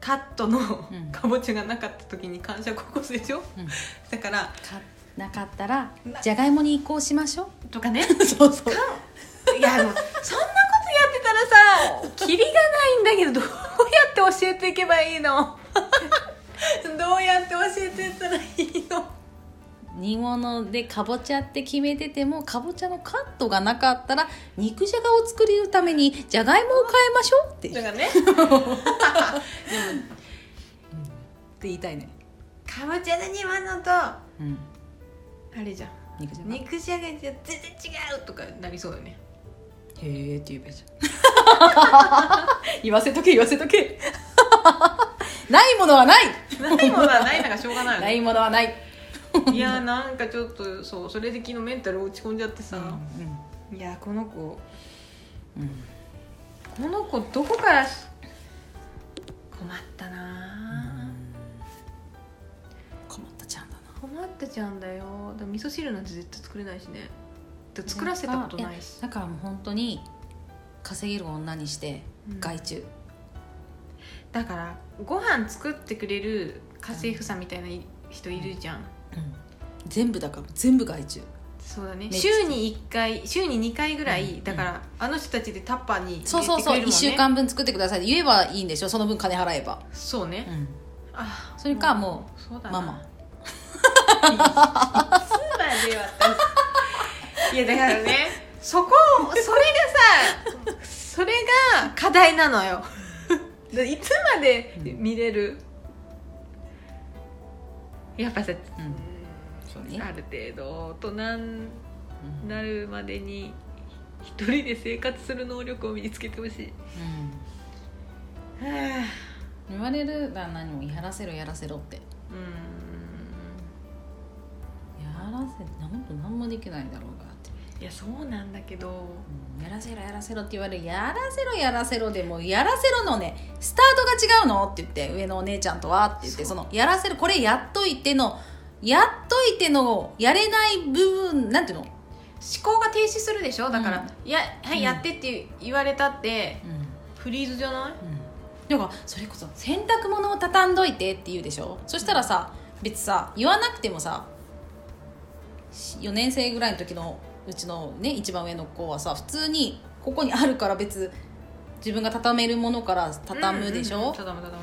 B: カットの
A: うん
B: かぼちゃがなかった時に感触起こすでしょ、
A: うん
B: だから
A: かなかったら
B: な
A: じゃがいもに移行しましょ
B: とかね
A: うそうそう
B: いやでもそんなことやってたらさキリがないんだけどどうやって教えてい けばいいのどうやって教えてったらいいの
A: 煮物でかぼちゃって決めててもかぼちゃのカットがなかったら肉じゃがを作るためにじゃがいもを変えましょうって
B: だからね
A: 言いたいね、
B: かぼちゃの煮物とあ
A: うん、
B: れじゃん
A: 肉じゃがへ
B: 肉じゃがじゃ全然違うとかなりそうだよね
A: えって言えばいいじゃん 言わせとけ言わせとけ ないものはない
B: ないものはないのがしょう がないよね
A: ないものはない、
B: いやなんかちょっとそうそれで昨日メンタル落ち込んじゃってさ、いやこの子
A: うんうん
B: この子どこからし困ったな
A: 困ったちゃんだな
B: あ、困ったちゃんだよでも味噌汁なんて絶対作れないしねで作らせたことないし
A: だからもう本当に稼げる女にして
B: うん
A: 外注、
B: だからご飯作ってくれる家政婦さんみたいない人いるじゃん
A: 全部だから全部外注
B: そうだね
A: めっちゃ
B: 週に1回週に2回ぐらい、
A: うん
B: だからあの人たちでタッパーに
A: そうそう
B: 入
A: そう、
B: れてくれ
A: 1週
B: るもんね
A: 間分作ってくださいって言えばいいんでしょその分金払えば、
B: そうね、あ
A: それかも
B: うそうだな
A: ママ
B: いつまで私 いやだからねそこをそれがさそれが課題なのよでいつまで見れる、やっぱさ、
A: うんそうね
B: ある程度大人になるまでに一人で生活する能力を身につけてほしい、はあ
A: 言われる旦那にもやらせろやらせろってや
B: うん
A: らせなんと何もできないだろうがって、
B: いやそうなんだけど
A: うんやらせろやらせろって言われるやらせろやらせろでもうやらせろのねスタートが違うのって言って上のお姉ちゃんとはって言ってそ
B: そう
A: のやらせるこれやっといてのやっといてのやれない部分なんていうの、
B: 思考が停止するでしょだから、いやはい、
A: うん
B: やってって言われたって
A: うん
B: フリーズじゃない
A: うん、だからそれこそ洗濯物を畳んどいてって言うでしょそしたらさ別さ言わなくてもさ4年生ぐらいの時のうちのね一番上の子はさ普通にここにあるから別自分が畳めるものから畳むでしょ、
B: うんうんうん畳む畳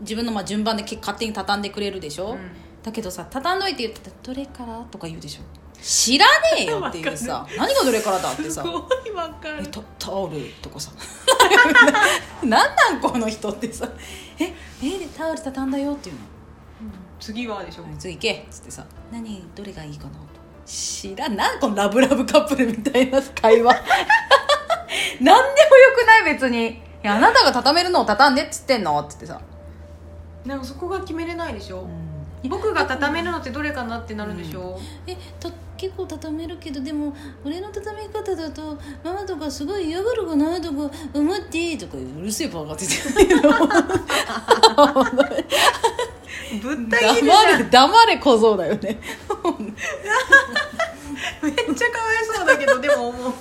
A: 自分のまあ順番でけ勝手に畳んでくれるでしょ、
B: む、うん
A: だけどさ畳んどいて言ってどれからとか言うでしょ知らねえよっていうさ何がどれからだって
B: す
A: さ
B: ごいわか
A: え
B: る
A: タタオルとかさ なんなんこの人ってさ「ええでタオル畳んだよ」っていうの
B: 次はでしょ、
A: 「次行け」っつってさ「何どれがいいかな」と知らんなんこのラブラブカップルみたいな会話 なんでもよくない別にいや「あなたが畳めるのを畳んで」っつってんのっつってさ、
B: なんかそこが決めれないでしょ、僕が畳めるのってどれかなってなるでしょ、
A: えと結構畳めるけどでも俺の畳み方だとママとかすごい嫌がるかなとか思ってとかうるせえバカって言 って
B: ぶった切りじ
A: 黙
B: ゃん
A: れ黙れ小僧だよね
B: めっちゃかわいそうだけどでももう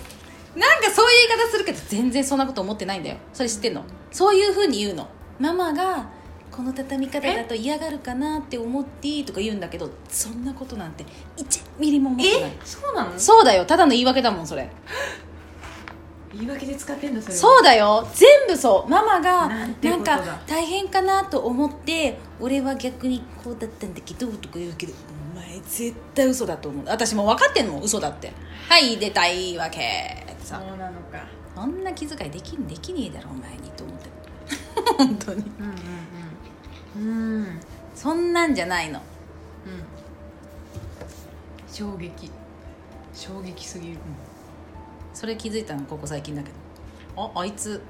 A: なんかそういう言い方するけど全然そんなこと思ってないんだよそれ知ってんのそういうふうに言うのママがこの畳み方だと嫌がるかなって思ってとか言うんだけどそんなことなんて1ミリも思ってない
B: えそうなの
A: そうだよただの言い訳だもんそれ
B: 言い訳で使ってんだそれは
A: そうだよ全部そうママが
B: なんて
A: な
B: こ
A: ん
B: とだ
A: か大変かなと思って俺は逆にこうだったんだけどとか言うけどお前絶対嘘だと思う私もう分かってんの嘘だってはい出たいわけってさ
B: そうなのか
A: そんな気遣いできんできねえだろお前にと思って本当に
B: うんうんうんうん
A: そんなんじゃないの
B: うん衝撃衝撃すぎる、
A: それ気づいたのここ最近だけどああいつ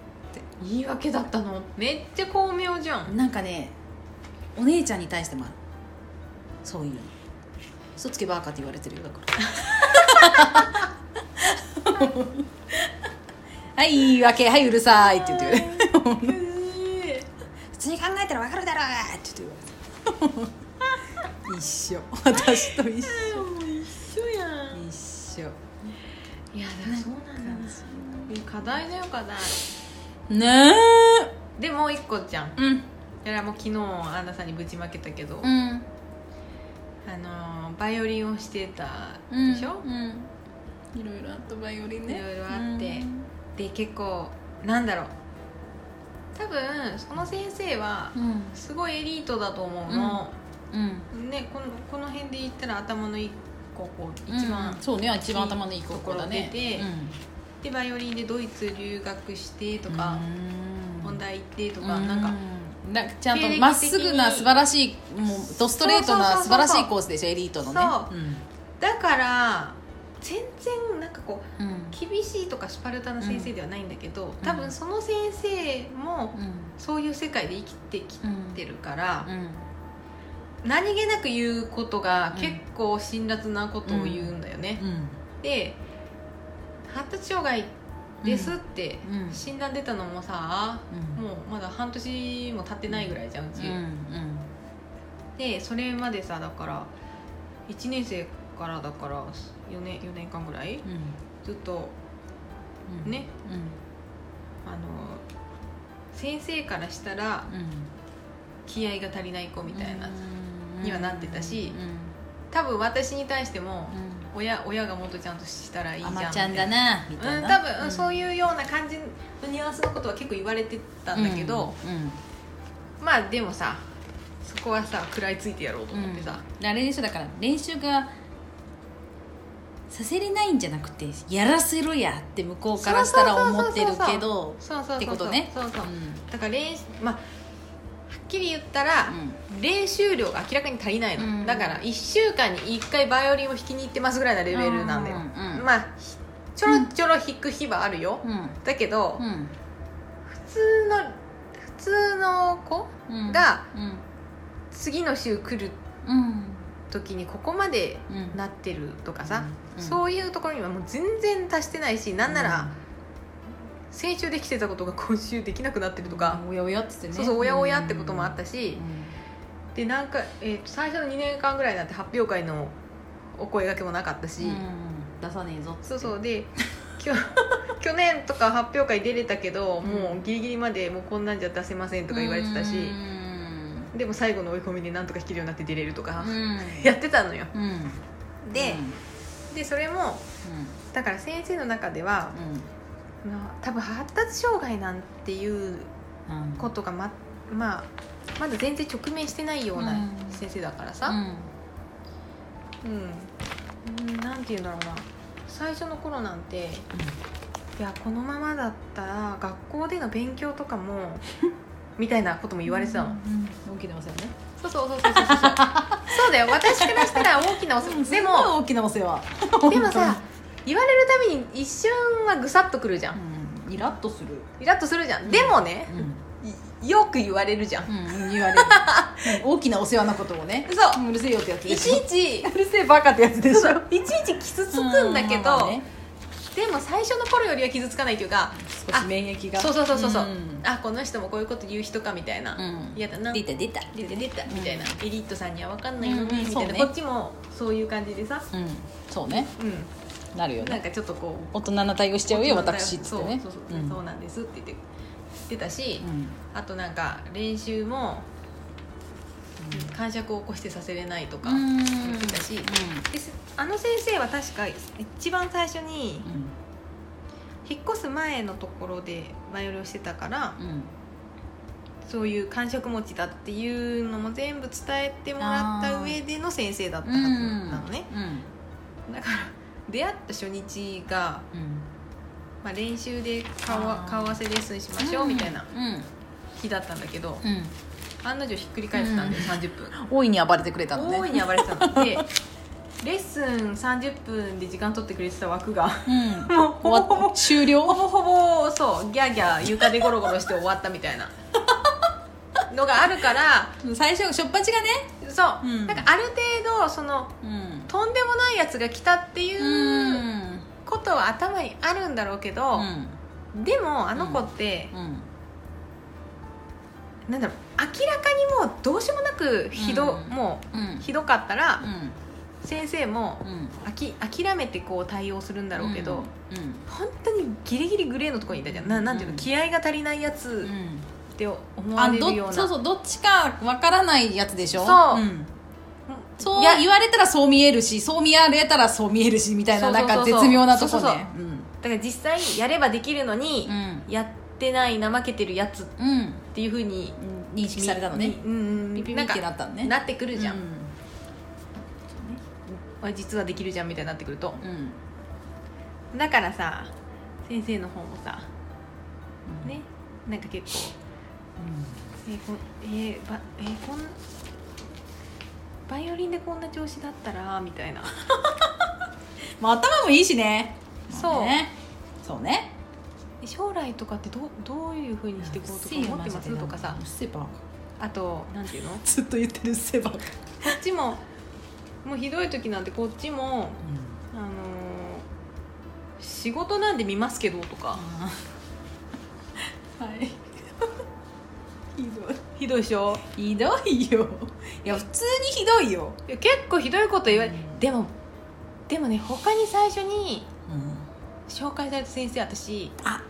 B: 言い訳だったのめっちゃ巧妙じゃん
A: なんかねお姉ちゃんに対してもあるそういうの嘘つけばーかって言われてるよだから はい言い訳はいうるさいって言って言われる普通に考えたらわかるだろうって言って言われる一緒私と一緒
B: 一緒やん
A: 一緒
B: いやだからそうなんだないや課題だよ課題
A: ねえ
B: でもう一個じゃん
A: うん
B: いやもう昨日アンナさんにぶちまけたけど、
A: うん
B: あのーバイオリンをしてた
A: うん
B: でしょ、
A: いろいろあったバイオリンね
B: いろいろあってで結構なんだろう多分その先生は
A: うん
B: すごいエリートだと思うの、
A: うん
B: ね、このこの辺で言ったら頭のいい高校
A: 一
B: 一番、
A: 番そうね一番頭のいい高校だね
B: ところ出て
A: うん
B: でバイオリンでドイツ留学してとか、
A: うん
B: 本題行ってと
A: う
B: か、なんか
A: なんかちゃん
B: 経歴
A: と
B: 的に
A: まっすぐな素晴らしいもうドストレートな
B: そうそうそうそう
A: 素晴らしいコースでしょエリートのね
B: そう
A: うん
B: だから全然なんかこう
A: うん
B: 厳しいとかスパルタな先生ではないんだけど、多分その先生も
A: うん
B: そういう世界で生きてきてるから、
A: うん
B: 何気なく言うことが結構辛辣なことを言うんだよね、
A: うん
B: で発達障害ですって
A: うん
B: 診断出たのもさ、
A: うん
B: もうまだ半年も経ってないぐらいじゃんうち、
A: うんうん
B: でそれまでさだから1年生からだから4年 ,4 年間ぐらい
A: うん
B: ずっと
A: うん
B: ねあの先生からしたら
A: うんうん
B: 気合が足りない子みたいな、
A: うん
B: にはなってたし
A: う
B: 多分私に対しても
A: んうん
B: 親親がもっとちゃんとしたらいいじゃん
A: 甘ちゃんだなみ
B: み
A: た
B: た
A: い
B: い
A: な
B: なうん多分、うんそう
A: い
B: いうような感じのニュアンスのことは結構言われてたんだけど、まあでもさそこはさ食らいついてやろうと思ってさ、
A: あれでしょだから練習がさせれないんじゃなくてやらせろやって向こうからしたら思ってるけど
B: そうそうそうそう
A: ってことね
B: そうそう
A: うん
B: だから練習まあはっきり言ったら、練習量が明らかに足りないの、
A: うん
B: だから1週間に1回バイオリンを弾きに行ってますぐらいなレベルなんだよ、
A: うんうん
B: まあひちょろちょろ弾く日はあるよ、
A: うん
B: だけど、
A: うん
B: 普通の普通の子
A: うん
B: が
A: うん
B: 次の週来る
A: うん
B: 時にここまで
A: うん
B: なってるとかさ、
A: うん
B: そういうところにはもう全然達してないしなんなら先週できてたことが今週できなくなってるとか、
A: うんおやおやって言ってね
B: そうそうおやおやってこともあった
A: う
B: し、
A: ん
B: でなんか、えーと最初の2年間ぐらいになって発表会のお声がけもなかったし、
A: うん出さねえぞっつって
B: そうそ うできょ去年とか発表会出れたけど、もうギリギリまでもうこんなんじゃ出せませんとか言われてたし、
A: うん
B: でも最後の追い込みでなんとか弾けるようになって出れるとか、
A: うん
B: やってたのよ
A: うん
B: で,、でそれも
A: うん
B: だから先生の中では、まあ多分発達障害なんていう
A: うんうん
B: ことがままあまだ全然直面してないような
A: うん
B: 先生だから
A: う
B: さ、
A: ん
B: うんうんなんて言うんだろうな最初の頃なんていやこのままだったら学校での勉強とかも みたいなことも言われてた
A: う
B: の、
A: ん大きなお世話ね
B: そうそうそうそうそうそうそうだよ私からしたら大きなお世話でも
A: 大きなお世話
B: でもさ言われるたびに一瞬はぐさっとくるじゃん
A: うんイラッとする
B: イラッとするじゃんでもね
A: う、ん
B: いよく言われるじゃん、
A: 言わ れるうん大きなお世話なことをね
B: そう
A: うんうるせえよってやつ
B: い
A: で
B: ち
A: しょ
B: いち
A: うるせえバカってやつでし
B: そ
A: ょ
B: ういちいち傷つくんだけ
A: う
B: ど、
A: まあまあね
B: でも最初の頃よりは傷つかないというか
A: 少し免疫が
B: そうそうそうそうそう、
A: ん
B: あこの人もこういうこと言う人かみたいな、
A: うん
B: 嫌だな
A: 出た出た
B: 出て出た
A: うん
B: みたいな、エリートさんには分かんないよね、
A: うん
B: みたいな、
A: そうね
B: こっちもそういう感じでさ、
A: うんそうね
B: う
A: なるよ
B: ん、なん
A: ね
B: かちょっとこう
A: 大人な対応しちゃうよ私っつってね
B: そうそうそう、
A: ん
B: そうなんですって言って言ってたし、
A: うん
B: あとなんか練習も
A: う
B: 感触を起こしてさせれないとか、
A: ん
B: 言ってたしですあの先生は確か一番最初に
A: うん
B: 引っ越す前のところでバイオリンをしてたから
A: うん
B: そういう感触持ちだっていうのも全部伝えてもらった上での先生だったはずなのね、
A: うん
B: だから出会った初日が、
A: うん
B: まあ、練習で顔
A: あ
B: は
A: ー
B: 顔合わせレッスンしましょうみたいな
A: うん
B: 日だったんだけど
A: うん
B: 案の定ひっくり返ってたんで
A: うん
B: 30分
A: 大いに暴れてくれたのね
B: 大いに暴れてたのでレッスン30分で時間取ってくれてた枠が
A: うん
B: もう
A: 終
B: ほぼ
A: わっ
B: ほぼ
A: 終了
B: ほぼほぼそうギャーギャー床でゴロゴロして終わったみたいなのがあるから
A: 最初初っ端がね
B: そう、
A: うん
B: なんかある程度その
A: うん
B: とんでもないやつが来たっていうううんことは頭にあるんだろうけ
A: う
B: ど、
A: ん
B: でもあの子って、
A: うん
B: なんだろう明らかにもうどうしようもなくひど、
A: うん
B: も
A: う
B: うんひどかったら
A: うん
B: 先生も
A: うん
B: あき諦めてこう対応するんだろうけ
A: う
B: ど、
A: ん
B: 本当にギリギリグレーのところにいたじゃんななんていうの、
A: うん
B: 気合が足りないやつ
A: うん
B: って思わ
A: あ
B: れるよう
A: ど
B: な
A: そうそうどっちかわからないやつでしょ
B: そうんい
A: そう
B: や
A: 言われたらそう見えるしそう見られたらそう見えるしみたいな
B: そう
A: な
B: そ
A: んか
B: うそうそう
A: 絶妙なとこ
B: そうそう
A: ね
B: だから実際やればできるのに
A: う、ん
B: やってない怠けてるやつっ
A: うん
B: ていうふうに
A: うん認識されたのね
B: うんうん
A: ピピピってなったのね
B: なってくるじゃん、
A: うん
B: 俺実はできるじゃんみたいになってくると
A: うん
B: だからさ先生の方もさねなんか結構えーこんえーばえーこんバイオリンでこんな調子だったらみたいな
A: まあ頭もいいしね
B: そう
A: まあねそうね
B: え将来とかってどうどういうふうにしていこうとか思ってますとかさ
A: うっせえバカ
B: あとなんていうのこ
A: ずっと言ってるうっせえバカ
B: っちも もうひどい時なんてこっちもあのー仕事なんで見ますけどとか
A: あー はいひどい
B: ひどいでしょ
A: ひどいよいや普通にひどいよ、
B: いや結構ひどいこと言われ、
A: うん
B: でもでもね他に最初に紹介された先生私
A: あ、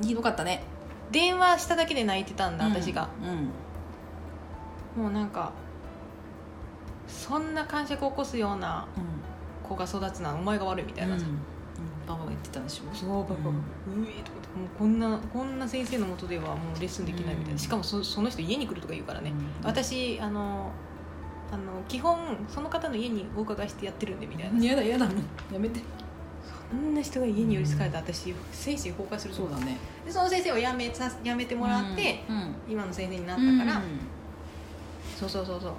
A: うん、ひどかったね
B: 電話しただけで泣いてたんだ私が、
A: うん
B: もうなんかそんな感触を起こすような
A: うんうん
B: 子が育つなお前が悪いみたいなさ、
A: ババが言ってたんでしょ
B: そうパパ、う
A: うん
B: えとかってもうこんなこんな先生のもとではもうレッスンできないみたいな、
A: うん
B: しかもそその人家に来るとか言うからね、
A: うん
B: 私あのあの基本その方の家にお伺いしてやってるんでみたいな、
A: やだやだもうやめて
B: そんな人が家に寄りつかれたら私精神崩壊すると
A: そう
B: 思う
A: だね
B: でその先生を辞めさ辞めてもらって、
A: うん
B: 今の先生になっ
A: うん
B: たから、
A: うん
B: そうそうそうそう、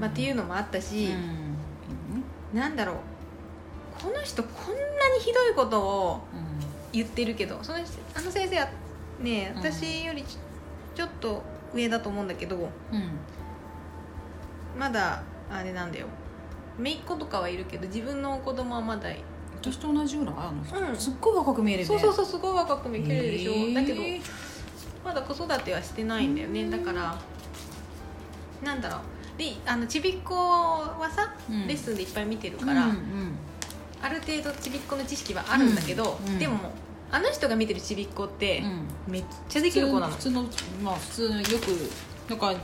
B: まあ、っていうのもあった
A: うん
B: し、
A: うん
B: なんだろうこの人こんなにひどいことを
A: うん
B: 言ってるけどそのあの先生はね
A: うん
B: 私よりち,、ちょっと上だと思うんだけど
A: うん
B: まだあれなんだよ姪っ子とかはいるけど自分の子供はまだ
A: 私と同じようなあの
B: うん
A: すっごい若く見えるね
B: そうそうそうすごい若く見えるでしょ、
A: へー
B: だけどまだ子育てはしてないんだよねだからなんだろうであのちびっ子はさ、
A: うん
B: レッスンでいっぱい見てる
A: うん
B: から、
A: うん
B: ある程度ちびっ子の知識はあるんだけど、
A: うんうん
B: でもあの人が見てるちびっ子って
A: うん
B: めっちゃできる子なの、
A: 普通のまあ普通よくなんか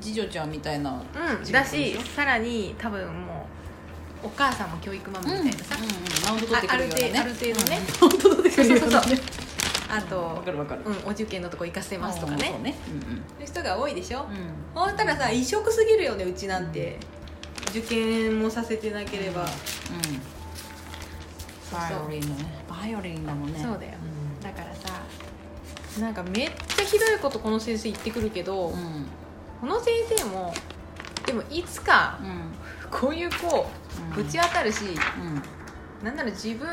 A: 次女ちゃんみたいな
B: うん、だしさらに多分もうお母さんも教育ママみたいなさ、
A: マウント取ってくるようなね
B: あある程度ね
A: うんマウント取ってくるような
B: そうそう
A: ね
B: あ
A: わ
B: と
A: か、るわかる
B: うん、お受験のとこ行かせてますとかね
A: そうねうん
B: そういう人が多いでしょ、
A: うん
B: ほんたらさ異色すぎるよねうちなんて受験もさせてなければ、
A: うんバイオリンのねバイオリンだもんね
B: そうだよだからさなんかめっちゃひどいことこの先生言ってくるけ
A: う
B: ど、
A: んうん
B: この先生もでもいつか
A: うん
B: こういう子ぶち当たるし、
A: うん
B: なんなら自分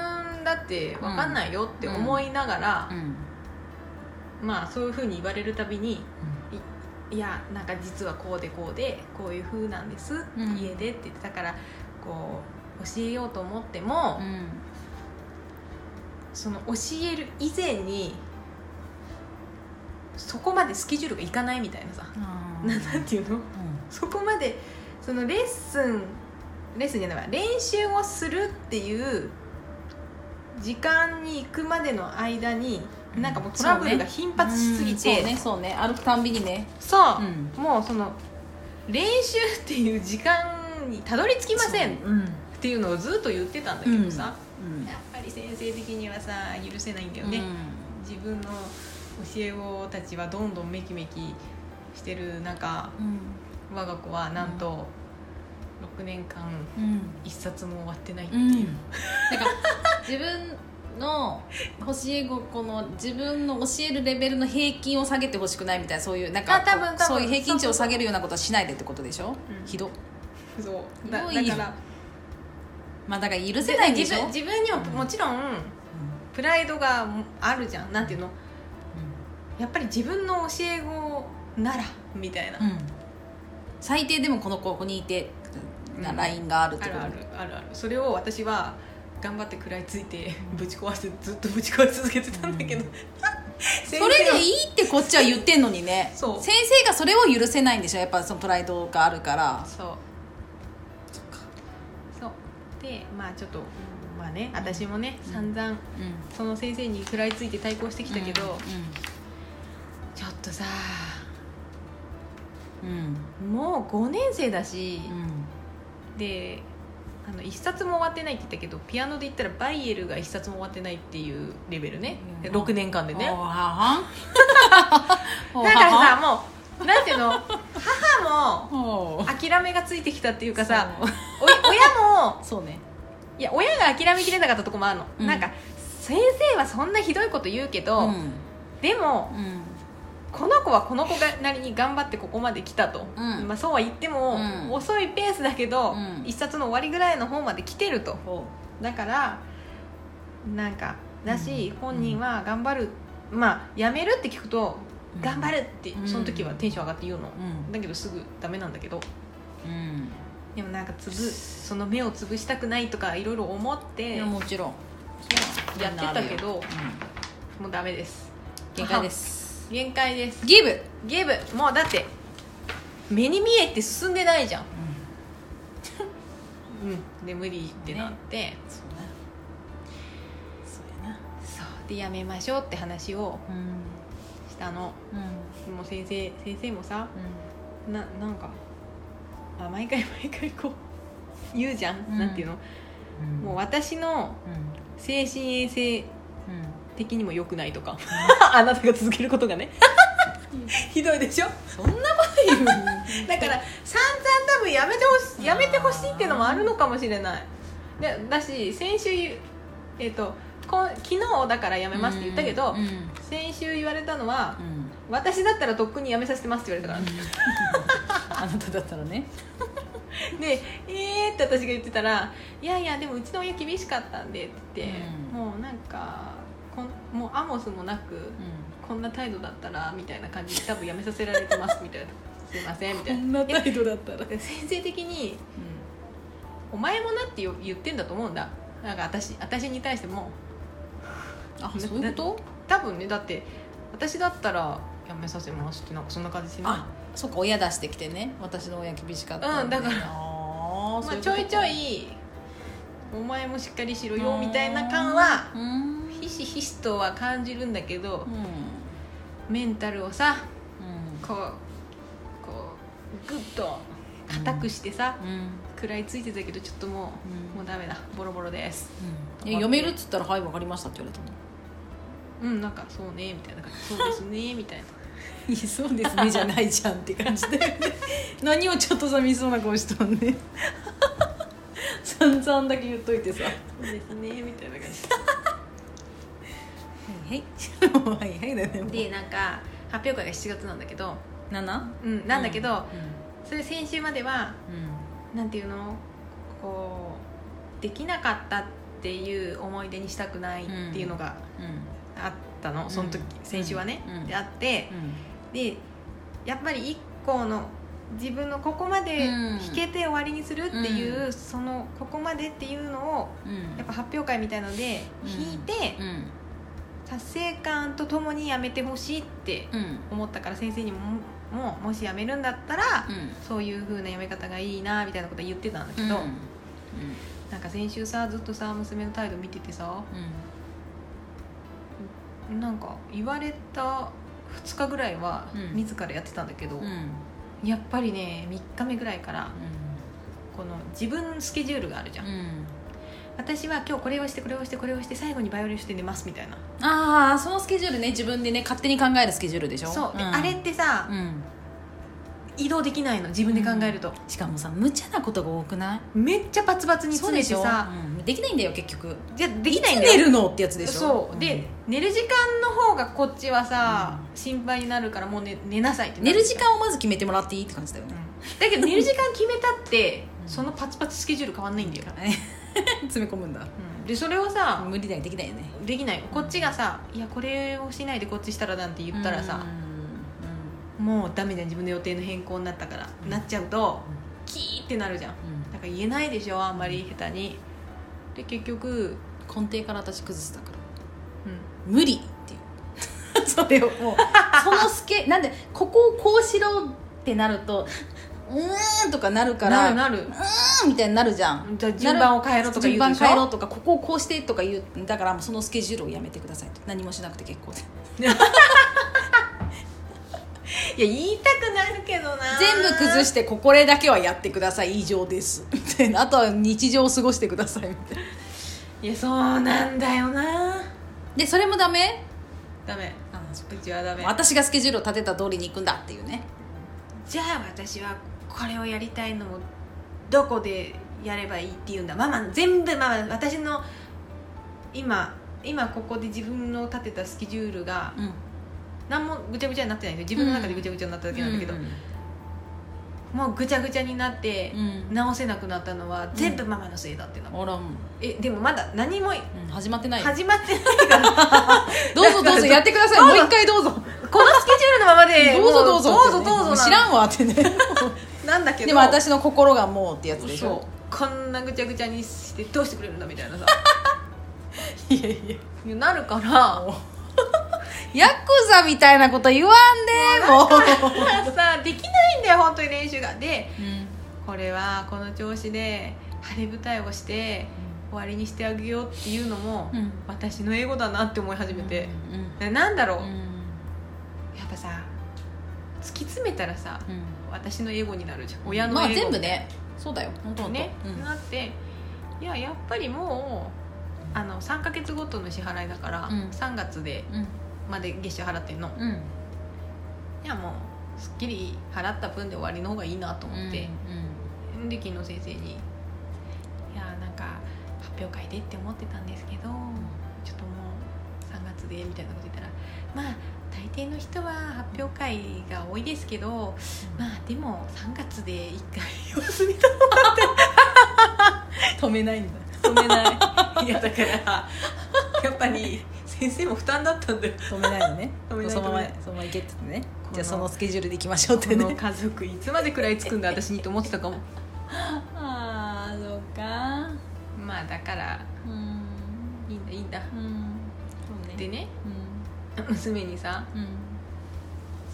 B: だって分かんないよって思いながら、
A: うん
B: まあそういうふうに言われるたびにいやなんか実はこうでこうでこういうふうなんです、
A: うん
B: 家でって言ってだからこう教えようと思っても、
A: うん
B: その教える以前にそこまでスケジュールがいかないみたいなさ、
A: あ
B: な
A: ー
B: なんていうのそこまでそのレッスンレッスンじゃないわ練習をするっていう時間に行くまでの間に
A: うん
B: なんかもうトラブルが頻発しすぎ
A: う
B: て、
A: んそうねそうね歩くたんびにね
B: そう
A: うん
B: もうその練習っていう時間にたどり着きませんっ
A: うん
B: ていうのをずっと言ってたんだけどさ、
A: うん
B: やっぱり先生的にはさ許せないんだよね、自分の教え子たちはどんどんメキメキしてる中
A: うん
B: 我が子はなんと6年間
A: うん
B: 一冊も終わってないって
A: う
B: い
A: ん
B: う、
A: なんか自分の教え子この自分の教えるレベルの平均を下げてほしくないみたいなそういうなんか
B: あ多分多分
A: そういう平均値を下げるようなことはしないでってことでしょ、
B: うん
A: ひどっ
B: そうだ
A: すごい
B: だから
A: まあだから許せないんで
B: 自
A: しょ
B: 分自分にももちろんプライドがあるじゃんなんていうのやっぱり自分の教え子ならみたいな、
A: うんうん最低でもこの子ここにいてな
B: うん
A: ラインがあるって
B: あ
A: こ
B: る
A: と
B: あるあるあるそれを私は頑張って食らいついてぶち壊してずっとぶち壊し続けてたんだけど、
A: う
B: 先生
A: そ
B: は
A: れでいいってこっちは言ってんのにね
B: そう
A: 先生がそれを許せないんでしょやっぱそのプライドがあるから
B: そうそうでまあちょっとまあね私もね、
A: うん
B: 散々
A: うん
B: その先生に食らいついて対抗してきたけど、ちょっとさ
A: うんうん
B: もう5年生だし、
A: うん
B: であの一冊も終わってないって言ったけどピアノで言ったらバイエルが一冊も終わってないっていうレベルね、
A: うん
B: 6年間でね
A: おは
B: だ
A: はんおは
B: から
A: はん
B: さもうなんていうの母も
A: おう
B: 諦めがついてきたっていうかさ
A: そう
B: お親も
A: そうね
B: いや親が諦めきれなかったとこもあるの、
A: うん
B: なんか先生はそんなひどいこと言うけ
A: う
B: ど、
A: ん
B: でも
A: うん
B: この子はこの子がなりに頑張ってここまで来たと、
A: うん
B: まあ、そうは言っても、
A: うん
B: 遅いペースだけど、
A: うん
B: 一冊の終わりぐらいの方まで来てるとだからなんかだし、
A: うん
B: 本人は頑張るまあやめるって聞くと、
A: うん
B: 頑張るって
A: うん
B: その時はテンション上がって言うの、
A: うん
B: だけどすぐダメなんだけど
A: うん
B: でもなんかつぶその目を潰したくないとかいろいろ思
A: い
B: って
A: やもちろん
B: やってたけど
A: うん
B: もうダメです
A: 限界です
B: 限界です
A: ギブ
B: ゲームもうだって目に見えて進んでないじゃんうんで無理ってなって、
A: そうねそうやな
B: そうでやめましょうって話を
A: うん
B: したの
A: うん
B: もう先生先生もさ
A: う
B: ななんかあ毎回毎回こう 言うじゃん、
A: うん
B: なんていうの
A: ん
B: もう私の精神衛生
A: うんうん
B: 的にも良くないとか あなたが続けることがね ひどいでしょ
A: そんなこと言う
B: だから散々多分やめてほしいやめてほしいっていうのもあるのかもしれないでだし先週言うえっ、とこ昨日だからやめますって言ったけど、
A: うんうん
B: 先週言われたのは
A: う、ん
B: 私だったらとっくにやめさせてますって言われたから、
A: あなただったらね
B: で「えー」って私が言ってたら「いやいやでもうちの親厳しかったんで」って言って、
A: うん
B: もうなんかこんもうアモスもなく、こんな態度だったらみたいな感じで多分やめさせられてますみたいな 「すいません」みたいな。
A: な態度だったら
B: で先生的にお前もなって言う言ってんだと思うんだなんか私私に対しても
A: あそういうこと
B: 多分ねだって私だったらやめさせますってなんかそんな感じしない
A: あそっか親出してきてね私の親厳しかったんで
B: うんだから
A: あー
B: ま
A: そう
B: あ、
A: う
B: ちょいちょ
A: こ
B: いお前もしっかりしろ
A: と
B: よみたいな感は
A: うーんうん
B: ひしひしとは感じるんだけどメンタルをさこうこうグッと硬くしてさ
A: うんうん
B: 食らいついてたけどちょっともう、
A: うん
B: もうダメだボロボロです
A: うんいや読めるっつったら「はいわかりました」って言われたの
B: うんなんかそうねみたいな感じそうですね みたいな
A: そうですねじゃないじゃんって感じで何をちょっとさみそうな顔しとんね散々だけ言っといてさ「は
B: そうですねみたいな感
A: いはい」はいはいだよねもう
B: じでなんか発表会が7月なんだけど、
A: 7?
B: うん、なんだけど、それ先週までは
A: うん
B: なんていうのこうできなかったっていう思い出にしたくないっていうのが
A: うん
B: あったの、その時、
A: うん
B: 先週はね、
A: うん
B: であってでやっぱり一個の自分のここまで
A: うん
B: 弾けて終わりにするっていう、
A: う
B: そのここまでっていうのを
A: うんうん
B: やっぱ発表会みたいので
A: うん
B: 弾いて
A: うん
B: 達成感とともにやめてほしいって
A: うん
B: 思ったから先生にももうもしやめるんだったらそういう風なやめ方がいいなみたいなことは言ってたんだけ
A: うん
B: ど、
A: うん
B: なんか先週さずっとさ娘の態度見ててさなんか言われた2日ぐらいは
A: うん
B: 自らやってたんだけど、
A: うんうん
B: やっぱりね3日目ぐらいからこの自分スケジュールがあるじゃん、
A: うん
B: 私は今日これをしてこれをしてこれをして最後にバイオリンして寝ますみたいな
A: ああそのスケジュールね自分でね勝手に考えるスケジュールでしょ
B: そうで、
A: ん
B: あれってさ、
A: うん
B: 移動できないの自分で考えると、
A: しかもさ無茶なことが多くない
B: めっちゃバツバツに
A: そう
B: 詰
A: で
B: め
A: してょ、
B: さ
A: うんできないんだよ結局
B: じゃあできないんだ
A: 寝
B: よ
A: るのってやつでしょ
B: そう、
A: ん
B: で寝る時間の方がこっちはさ、
A: う
B: 心配になるからもう寝寝なさいってな
A: 寝る時間をまず決めてもらっていいって感じだよね、
B: だけど寝る時間決めたって
A: うん
B: そのパツパツスケジュール変わんないんだよ、
A: 詰め込むんだ
B: でそれをさ
A: 無理だよできないよね
B: できないこっちがさ「いやこれをしないでこっちしたら」なんて言ったらさ
A: うん、
B: もうダメじゃん自分の予定の変更になったから、
A: うん
B: なっちゃうとキーってなるじゃん
A: うんうん
B: だから言えないでしょあんまり下手にで結局、
A: 根底から私崩したから
B: うん
A: 無理っていうそれをも うそのスケなんでここをこうしろってなるとうーんとかなるから
B: なるなる
A: うんみたいになるじゃん
B: じゃあ順番を変えろとか言うでしょ
A: 順番変えろとかここをこうしてとか言うだからもうそのスケジュールをやめてくださいと何もしなくて結構で
B: いや言いたくなるけどな
A: 全部崩してここれだけはやってください以上ですみたいなあとは日常を過ごしてくださいみたいない
B: やそうなんだよな
A: でそれもダメ
B: ダメ
A: あ
B: うちはダメ
A: 私がスケジュールを立てた通りに行くんだっていうね
B: じゃあ私はこれをやりたいのをどこでやればいいっていうんだママ全部ママ私の今今ここで自分の立てたスケジュールが
A: うん
B: 何もぐちゃぐちゃになってないんですよ自分の中でぐちゃぐちゃになっただけなんだけど、もうぐちゃぐちゃになって
A: うん
B: 直せなくなったのは全部ママのせいだってな、
A: あら、うん
B: えでもまだ何も
A: 始まってない
B: 始まってないから、
A: どうぞどうぞやってください
B: どう
A: も
B: ぞ
A: う一回どうぞ
B: このスケジュールのまま で
A: どうぞどうぞ
B: もどうぞ
A: って
B: ど
A: ね
B: うぞ
A: も
B: な
A: 知らんわ ってね
B: なんだけど
A: でも私の心がもうってやつでし
B: そ
A: ょ
B: うこんなぐちゃぐちゃにしてどうしてくれるんだみたいなさ
A: いや いや
B: いやなるから
A: ヤクザみたいなこと言わん でもう、
B: さできないんだよ本当に練習がで
A: うん
B: これはこの調子で晴れ舞台をして終わりにしてあげようっていうのも、
A: うん
B: 私の英語だなって思い始めて、
A: うん
B: ななんだろう、
A: うん
B: やっぱさ突き詰めたらさ
A: うん
B: 私の英語になるじゃん親の英語
A: まあ全部ねそうだよ本当本当
B: ね、
A: うん
B: なっていややっぱりもうあの3か月ごとの支払いだから、
A: うん
B: 3月で
A: うん
B: まで月収払ってんの
A: うん
B: いやもうすっきり払った分で終わりの方がいいなと思って、で昨日先生に「いやなんか発表会でって思ってたんですけどちょっともう3月で」みたいなこと言ったら「まあ大抵の人は発表会が多いですけどまあでも3月で1回様子見た
A: 止めないんだ
B: 止めないいやだからやっぱり 先生も負担だったんだよ
A: 止めないのね
B: 止めない
A: そのまま
B: 止めない
A: そのまま行けって言ってね
B: この
A: じゃあそのスケジュールで行きましょうっ
B: こ
A: て
B: の
A: ね
B: 家族いつまで食らいつくんだ私にと思ってたかも
A: ああそうか
B: まあだから
A: うん
B: いいんだいいんだ
A: うんそう
B: で
A: ね
B: ね
A: うん
B: 娘にさ
A: うん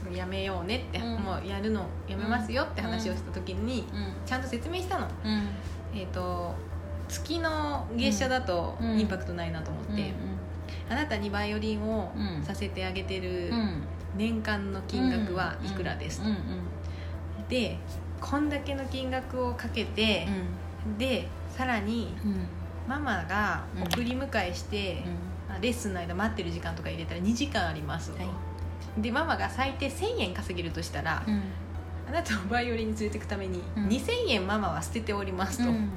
B: そのやめようねって、
A: うん
B: もうやるのやめますよって話をした時に、ちゃんと説明したの、
A: うんうん
B: えっと月の月謝だと
A: うん
B: インパクトないなと思って、あなたにバイオリンを
A: うん
B: させてあげてる
A: うん
B: 年間の金額はいくらです
A: うんうん
B: でこんだけの金額をかけて、でさらに
A: うんうん
B: ママが
A: うん
B: 送り迎えして、あレッスンの間待ってる時間とか入れたら2時間ありますと、
A: はい
B: でママが最低1000円稼げるとしたら、
A: うん
B: あなたをバイオリンに連れてくために、
A: うん
B: 2000円ママは捨てております
A: うん
B: と、
A: うん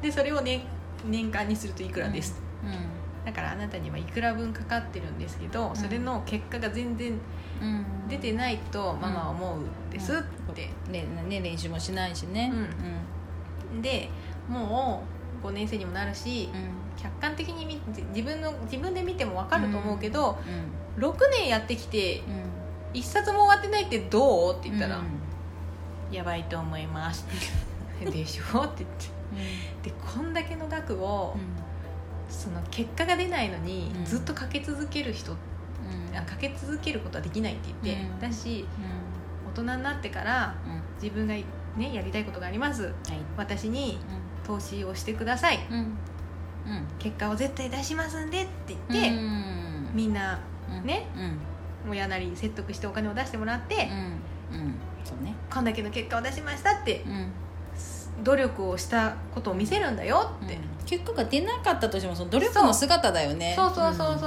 B: でそれを、ね、年間にするといくらです、
A: う
B: だからあなたにはいくら分かかってるんですけど、それの結果が全然
A: んうん
B: 出てないとママは思うですって、
A: ねね練習もしないしね
B: うん
A: うん
B: でもう5年生にもなるし、
A: う
B: 客観的に見て自分の自分で見ても分かると思うけ
A: んう
B: ど、
A: ん
B: 6年やってきて
A: うん
B: 1冊も終わってないってどうって言ったら
A: う
B: 「
A: ん
B: やばいと思います」でしょ?」って言 ってでこんだけの額を、その結果が出ないのに、
A: うん
B: ずっとかけ続ける人
A: うん
B: あかけ続けることはできないって言って、
A: うん
B: だし
A: う
B: 大人になってか
A: ん
B: ら
A: うん
B: 自分が、ね、やりたいことがあります
A: はい
B: 私に投資をしてください
A: うんうん
B: 結果を絶対出しますんでって
A: うん
B: 言って、
A: うん
B: みんなね
A: うん
B: 親なりに説得してお金を出してもらって、
A: うんうんそうね
B: こんだけの結果を出しましたって
A: うん
B: 努力をしたことを見せるんだよって、
A: 結果が出なかったとしてもその努力の姿だよね
B: そうそうそ
A: う
B: うそう
A: んほん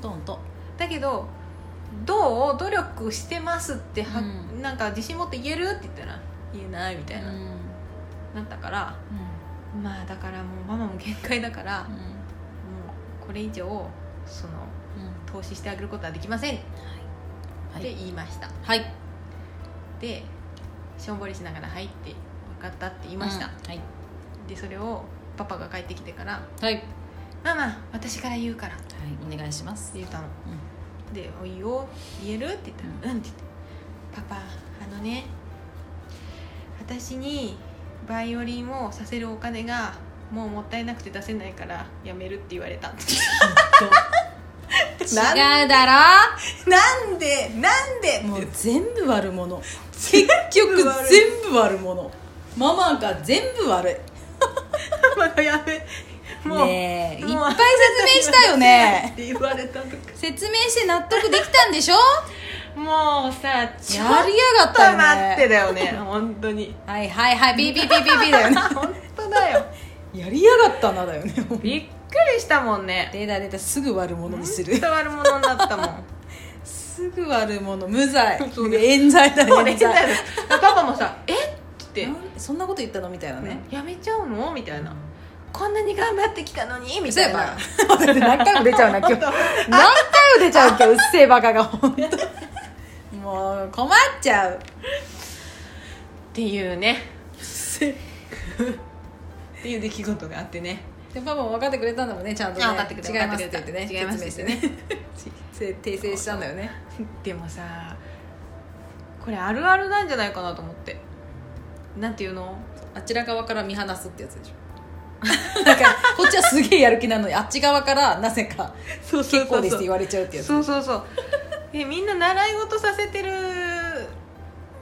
A: とほんと
B: だけど「どう努力してます」っては、
A: うん
B: なんか自信持って言えるって言ったら「言えない」みたいな、
A: うんうん
B: なったからまあだからもうママも限界だから、もうこれ以上その
A: うんうん
B: 投資してあげることはできませんって
A: はい
B: 言いました、
A: はい
B: でしょんぼりしながら「はい」って「分かった」って言いました
A: う、んはい
B: でそれをパパが帰ってきてから
A: はいはい
B: 「ママ私から言うから」って
A: お願いします
B: 言ったので「おいよ言える?」って言ったら「うん」って言って「パパあのね私にバイオリンをさせるお金がもうもったいなくて出せないからやめる」って言われ た
A: 違う
B: なん
A: だろ
B: なんでなんで
A: もう全部悪 者結局全部悪者ママが全部悪い
B: パパがやめもう、
A: ねえいっ
B: もう
A: ぱい説明したよね
B: って言われたとか
A: 説明して納得できたんでしょ
B: もうさちょっ
A: やりやがっ
B: と
A: たよ、ね、
B: 待ってだよね本当に
A: はいはいはいビービービービービー だよね
B: 本当だよ
A: やりやがったなだよね
B: びっくりしたもんね
A: 出た出たすぐ悪者にする
B: 伝わるものになった もん
A: すぐ悪者無罪
B: そうね
A: 冤罪だ
B: そ
A: 冤
B: うね
A: 罪
B: パパもさ「えっ?」って
A: なんそんなこと言ったのみたいなね、
B: 「やめちゃうの?」みたいな「こんなに頑張ってきたのに」み
A: そう
B: た
A: や
B: い
A: ば
B: な
A: 何回も出ちゃうな今日何回も出ちゃう今日うっせえバカが本当もう困っちゃう
B: っていうねっていう出来事があってね
A: でパパも分かってくれたんだもんねちゃんとね
B: あ分かってくれた
A: 違いますって言ってね
B: 分かっ
A: 説
B: てくれた
A: 明してね訂正したんだよね
B: でもさこれあるあるなんじゃないかなと思ってなんていうの
A: あっちら側から見放すってやつでしょ なんかこっちはすげえやる気なのにあっち側からなぜか
B: そう
A: 結構ですって言
B: そ
A: われちゃうってやつ
B: うそうそうえみんな習い事させてる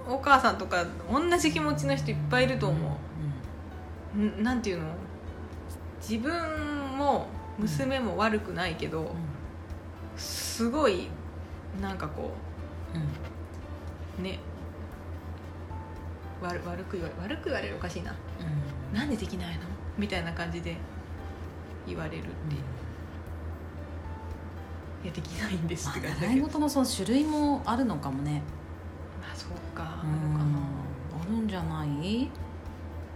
B: お母さんとか同じ気持ちの人いっぱいいると思う、ん、なんていうの自分も娘も悪くないけど、すごいなんかこ
A: うんうん
B: うね悪悪く言われ悪く言われるおかしいな
A: うん
B: なんでできないのみたいな感じで言われるっていう、いやできないんです
A: ま
B: っ
A: あ
B: て感じだ
A: 習い
B: けどま
A: 事のその種類もあるのかもね
B: あそうか
A: あ
B: あ
A: る
B: るかな
A: あるんじゃない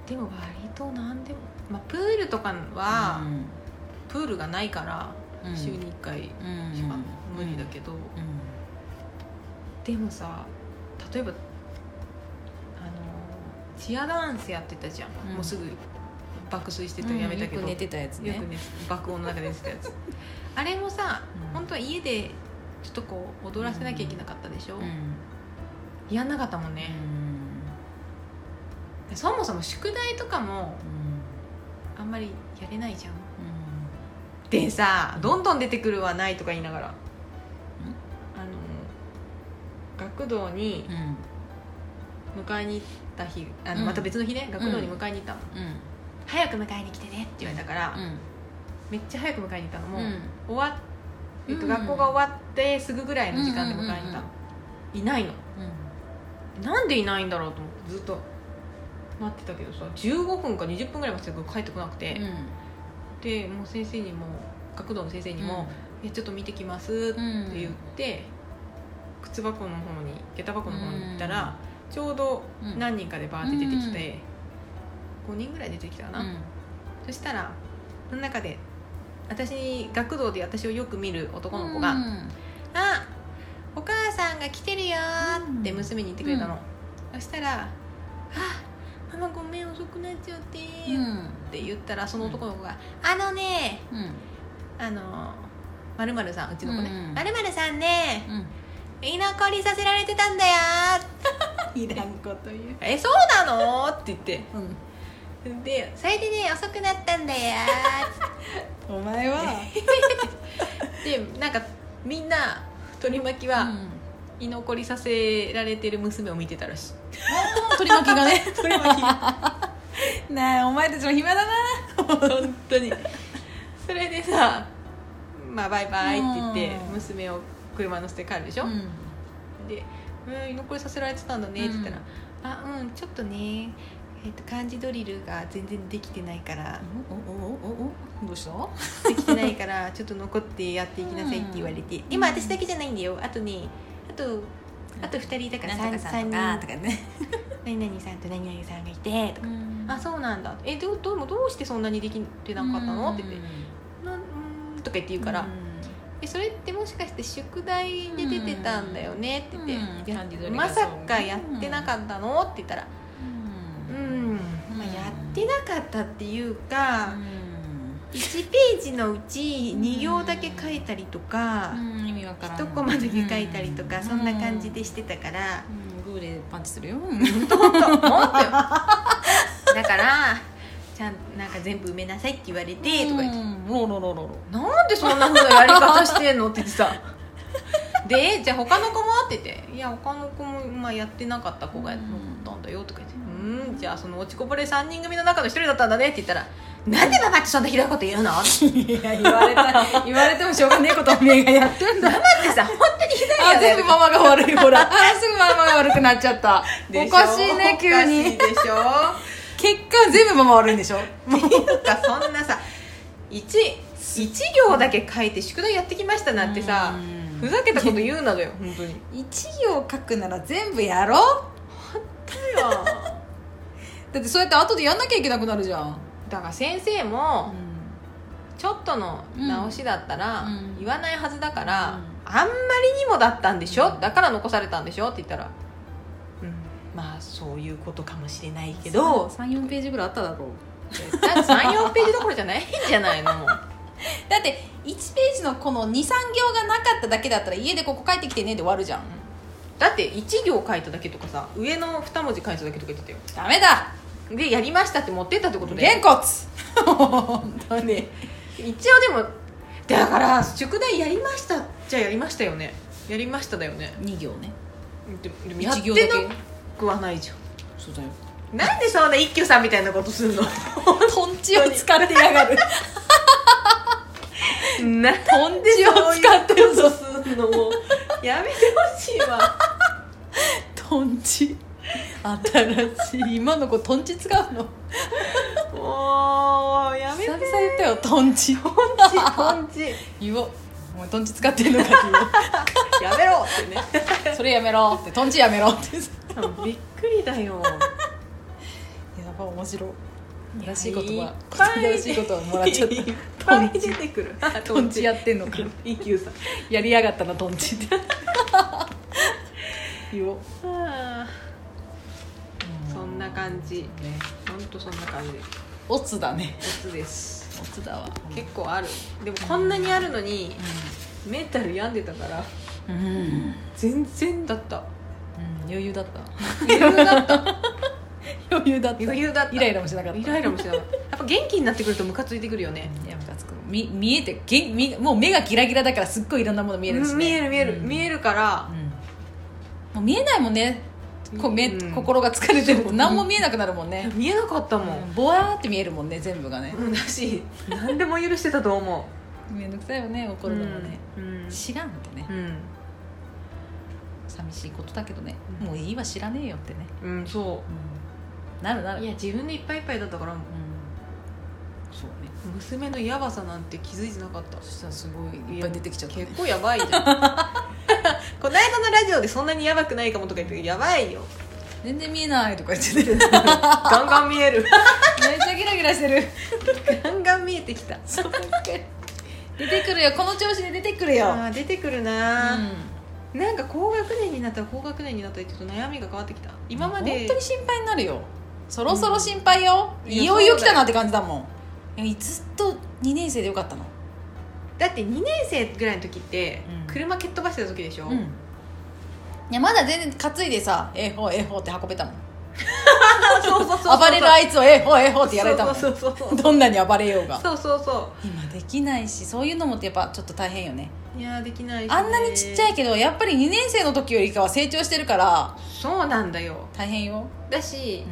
B: でも割と何でも、まあ、プールとかは、
A: うん
B: プールがないから
A: うん
B: 週に1回し
A: うん
B: か無理だけど、
A: うん
B: でもさ例えばあのチアダンスやってたじゃん、
A: うん
B: もうすぐ爆睡してたやめた
A: うん
B: けど、
A: よく寝
B: よ
A: てたやつ
B: く
A: ね
B: ね爆音の中で寝てた やつあれもさ
A: うん
B: 本当は家でちょっとこう踊らせなきゃいけなかったでしょ、
A: うん
B: やんなかったもんね、そもそも宿題とかもあんまりやれないじゃんでさどんどん出てくるはないとか言いながらあの学童に
A: うんうん
B: 迎えに行った日あ
A: う
B: の
A: ん
B: また別の日ね、学童に迎えに行ったの、
A: うん
B: 早く迎えに来てねって言われたから、
A: うん
B: めっちゃ早く迎えに行ったのもう、
A: うん
B: 終わっえっと
A: うん
B: 学校が終わってすぐぐらいの時間で迎えに行ったの、いないのなんでいないんだろうと思ってずっと待ってたけどさ15分か20分ぐらい待ってたけど帰ってこなくて、でもう先生にも学童の先生にも「えちょっと見てきます」って言って、靴箱の方に下駄箱の方に行ったら、ちょうど
A: うん
B: 何人かでバーって出てきて、5人ぐらい出てきたかな、そしたらその中で私学童で私をよく見る男の子が「
A: うん
B: あお母さんが来てるよ」って娘に言ってくれたの、そしたら「あママごめん遅くなっちゃって」って言ったらその男の子が「あのね
A: うん
B: あのまるさんうちの子ね
A: うんうん
B: まる、さんね
A: うん
B: 居残りさせられてたんだよ
A: いらんこと言う」
B: えそうなの?」って言って
A: うん
B: でそれでね遅くなったんだよ
A: お前は
B: でなんかみんな取り巻きは居残りさせられてる娘を見てたらしい
A: 取り巻きがね
B: 取り巻き
A: ねえお前たちも暇だな
B: 本当にそれでさ「まあバイバイ」って言って
A: うん
B: 娘を車乗せて帰るでしょ、
A: うん
B: で「うん居残りさせられてたんだね」って言ったら「あうんちょっとね、えっと漢字ドリルが全然できてないから
A: おおおおおどうした
B: できてないから ちょっと残ってやっていきなさい」って言われて、でも私だけじゃないんだよあとねあとあと2人だから
A: なん
B: 3
A: とかさん
B: 人
A: とかとかね
B: 何々さんと何々さんがいてとか。あそうなんだえどうどうもどうしてそんなにできてなかったの?」って言って「なうーん」とか言って言うから「えそれってもしかして宿題で出てたんだよね」って言って
A: うん
B: や
A: 感じ取りが
B: ま
A: そう
B: さかやってなかったの?」って言ったら「うん、まあ、やってなかったっていうか、1ページのうち2行だけ書いたりとか、
A: うん意味わからん
B: 1コマだけ書いたりとか、
A: うん
B: そんな感じでしてたから
A: う、んグーレーパンチす るよ
B: 本当思ったよだからちゃんなんか全部埋めなさいって言われてとか言って。
A: うんロロロロロ
B: なんでそんなふうなやり方してんのって言ってさでじゃあ他の子もって言って「いや他の子も、まあ、やってなかった子がやったんだよ」とか言って「うーんじゃあその落ちこぼれ3人組の中の1人だったんだね」って言ったら「なんでママってそんなひどいこと言うの?」ママっ
A: いや言われた言われてもしょうがねえことおめえがやってんだ
B: てさ本当にひどい
A: あ
B: よね
A: 全部ママが悪いほら あすぐママが悪くなっちゃったおかしいね急
B: おかしい
A: に
B: でしょ
A: 結果全部ママ悪いんでしょもう
B: なんかそんなさ一一行だけ書いて宿題やってきましたなんてさ
A: うん
B: ふざけたこと言うなのよ本当に
A: 一行書くなら全部やろうだってそうやって後でやんなきゃいけなくなるじゃん、
B: だから先生もちょっとの直しだったら
A: うん
B: 言わないはずだから、
A: うん
B: あんまりにもだったんでしょだから残されたんでしょって言ったら、うん、まあそういうことかもしれないけど
A: 34ページぐらいあっただろう
B: 34ページどころじゃないんじゃないのもう
A: だって1ページのこの23行がなかっただけだったら家でここ帰ってきてねで終わるじゃん
B: だって1行書いただけとかさ上の2文字書いただけとか言ってたよ
A: ダメだ
B: でやりましたって持ってったってことで
A: げんこつ本当に
B: 一応でもだから宿題やりましたじゃあやりましたよねやりましただよね
A: 2行ね
B: でもでもやっ
A: 1
B: て
A: 行だけ
B: なくはないじゃん
A: そうだよ
B: なんでそんな一休さんみたいなことするの
A: トンチを使ってやがる
B: なん
A: トンチを使って
B: る
A: る
B: ぞ
A: ぞ
B: すんのもうやめてほしいわ
A: トンチ新しい今の子トンチ使うの
B: もうやめ
A: 久
B: て
A: 々言ったよトンチ
B: ポンチポンチ
A: 言おうお前トンチ使ってんのかって
B: やめろってね
A: 言おうそれやめろってトンチやめろって
B: びっくりだよ
A: やば面白い新しい言
B: いっ
A: 葉
B: ぱい
A: 新しいことをもらっちゃっ
B: いったぱい出てくる
A: トンチやってんのか
B: 一休さん
A: やりやがったなトンチって言おう
B: はあそんな感じ
A: ね
B: ほんとそんな感じ
A: オツだね
B: オツです
A: オツだわ
B: 結構あるでもこんなにあるのにメンタル病んでたから
A: うん、うん、
B: 全然だった
A: 余裕だった
B: 余裕だった
A: 余裕だった
B: 余裕だった
A: イライラもしなかった
B: イライラもしなかったやっぱ元気になってくるとムカついてくるよね
A: いやムカつくみ見えてげんみもう目がギラギラだからすっごいいろんなもの見えるし、ね、
B: 見える見える見
A: え
B: えるから
A: もう見えないもんねこう目、
B: うん
A: 心が疲れてると何も見えなくなるもんね、
B: 見えなかったもん
A: うんぼわーって見えるもんね全部がね
B: うんだし何でも許してたと思
A: めんどくさいよね
B: う
A: 怒るのもね、
B: うん
A: 知らんってね
B: うん
A: 寂しいことだけどね、
B: うん
A: もういいわ知らねえよってね、
B: うんそ
A: なるな
B: う
A: る
B: いや自分でいっぱいいっぱいだったから
A: うんそうね
B: 娘のやばさなんて気づいてなかった
A: そしたらすごいいっぱい出てきちゃったね
B: 結構やばいじゃん この間のラジオでそんなにやばくないかもとか言ってたけどやばいよ
A: 全然見えないとか言っててめっ
B: ガンガン見える
A: ちゃギラギラしてる
B: ガンガン見えてきた
A: 出てくるよこの調子で出てくる
B: い
A: よ、
B: や出てくるな、なんか高学年になったら高学年になったらちょっと悩みが変わってきた今ま
A: 本
B: で
A: 当に心配になるよそろそろ心配よ、
B: うん
A: いよいよ来たなって感じだもんいやずっと2年生でよかったの
B: だって2年生ぐらいの時って
A: うん
B: 車蹴っ飛ばしてた時でしょ、
A: うんいやまだ全然担いでさ「えほえほ」って運べたもん
B: あ そうそうそうそう
A: 暴れるあいつを「えほえほ」ってやられたもん
B: そうそうそうそう
A: どんなに暴れようが
B: そうそうそ
A: 今できないしそういうのもってやっぱちょっと大変よね
B: ういやーできないしね
A: あんなにちっちゃいけどやっぱり2年生の時よりかは成長してるから
B: そうなんだよ
A: 大変よ、
B: だし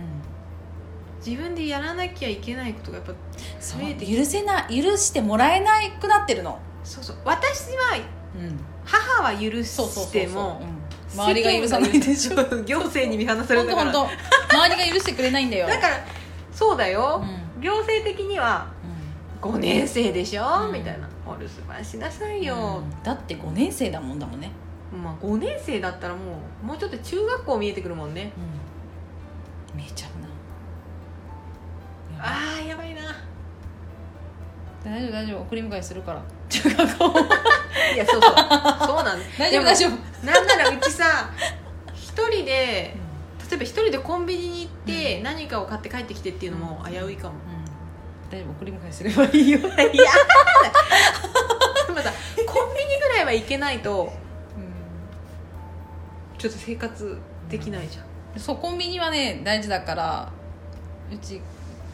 B: 自分でやらなきゃいけないことがやっぱ
A: そう
B: 増えてき
A: 許せない許してもらえなくなってるの、
B: そうそう私は
A: うん、
B: 母は許
A: そうそうそうそう
B: しても
A: うん周りが許さないでしょ
B: 世間が許さ行政に見放され
A: 本
B: た
A: 当
B: か
A: 本
B: らだ
A: 当周りが許してくれないんだよ
B: からそうだよ
A: うん、
B: 行政的には5年生でしょ、
A: うん
B: みたいなお留守番しなさ
A: うん
B: いよ、
A: うんだって5年生だもんだもんね、
B: まあ5年生だったらもうもうちょっと中学校見えてくるもんね
A: 見えちゃうな
B: あーやばいな
A: 大丈夫大丈夫送り迎えするから中学校
B: いやそうそうそうなん
A: 大丈夫大丈夫
B: 夫なんならうちさ一人で例えば一人でコンビニに行って何かを買って帰ってきてっていうのも危ういかも、
A: うん大丈夫送り迎えすればい いよ
B: いやでもさコンビニぐらいは行けないとちょっと生活できないじゃん、
A: そうコンビニはね大事だからうち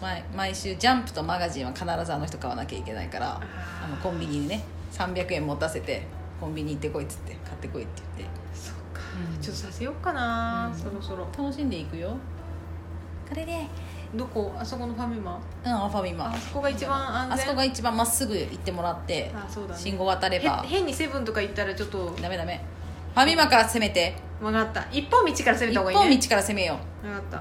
A: 毎毎週ジャンプとマガジンは必ずあの人買わなきゃいけないからあのコンビニにね300円持たせてコンビニ行ってこいっつって買ってこいって言って
B: そっか
A: うん
B: ちょっとさせようかな、
A: うん
B: そろそろ
A: 楽しんでいくよこれで
B: どこあそこのファミマ
A: うんファミ
B: あ
A: マ
B: そこが一番安全
A: あそこが一番まっすぐ行ってもらって
B: あそうだね
A: 信号渡れ
B: へ
A: ば
B: 変にセブンとか行ったらちょっと
A: ダメダメァミマから攻めて
B: 分かった一本道から攻め
A: 一
B: た方が
A: 本
B: いい、ね、
A: 道から攻めよう
B: 分かった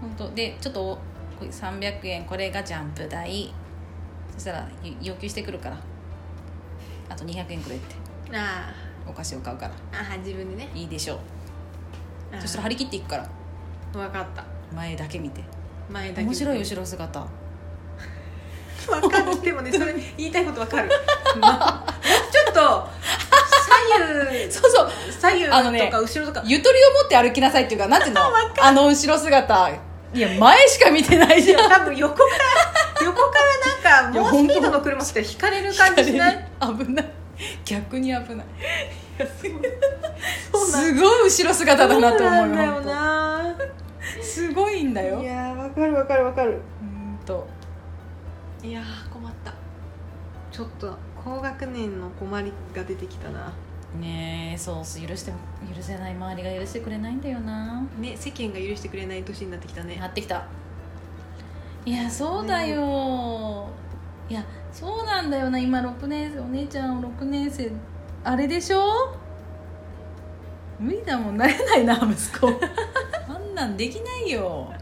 A: 本当でちょっとおこれ300円これがジャンプ代そしたらゆ要求してくるからあと200円くれって
B: あ
A: お菓子を買うから
B: ーあー自分でね
A: いいでしょ
B: あ
A: う
B: ー
A: そしたら張り切っていくから
B: 分かった
A: 前だけ見て
B: 前だけ
A: 面白い後ろ姿
B: 分かってもねそれ 言いたいこと分かる、まちょっと左右
A: そうそう
B: 左右
A: あのね
B: とか後ろとか、
A: ゆとりを持って歩きなさいっていうかなんていう のあの後ろ姿いや前しか見てないじゃん
B: 多分横から横からなん
A: いや
B: か猛
A: 本
B: ス
A: 当
B: ピードの車来たら引かれる感じしない
A: 危ない逆に危ない
B: そうなん
A: すごい後ろ姿だなと思う
B: そうなんだよ
A: 本
B: な
A: 当すごいんだよ
B: いやー分かる分かる分かる
A: うーんと
B: いやー困ったちょっと高学年の困りが出てきたな
A: ねえそうそう許しても許せない周りが許してくれないんだよな
B: ね世間が許してくれない年になってきたね
A: なってきたいやそうだよ、いやそうなんだよな今6年生お姉ちゃん6年生あれでしょ無理だもんなれないな息子あんなんできないよ
B: は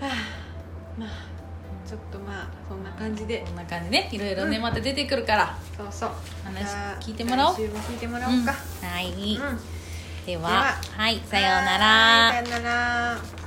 B: あまあちょっとまあそんな感じで
A: こんな感じねいろいろねまた出てくるから、
B: そうそう
A: 話
B: じゃあ
A: 聞いてもらおう
B: 来週も聞いてもらお
A: うん
B: うか
A: はい、
B: うん
A: では
B: は
A: はいさようなら
B: はいさようなら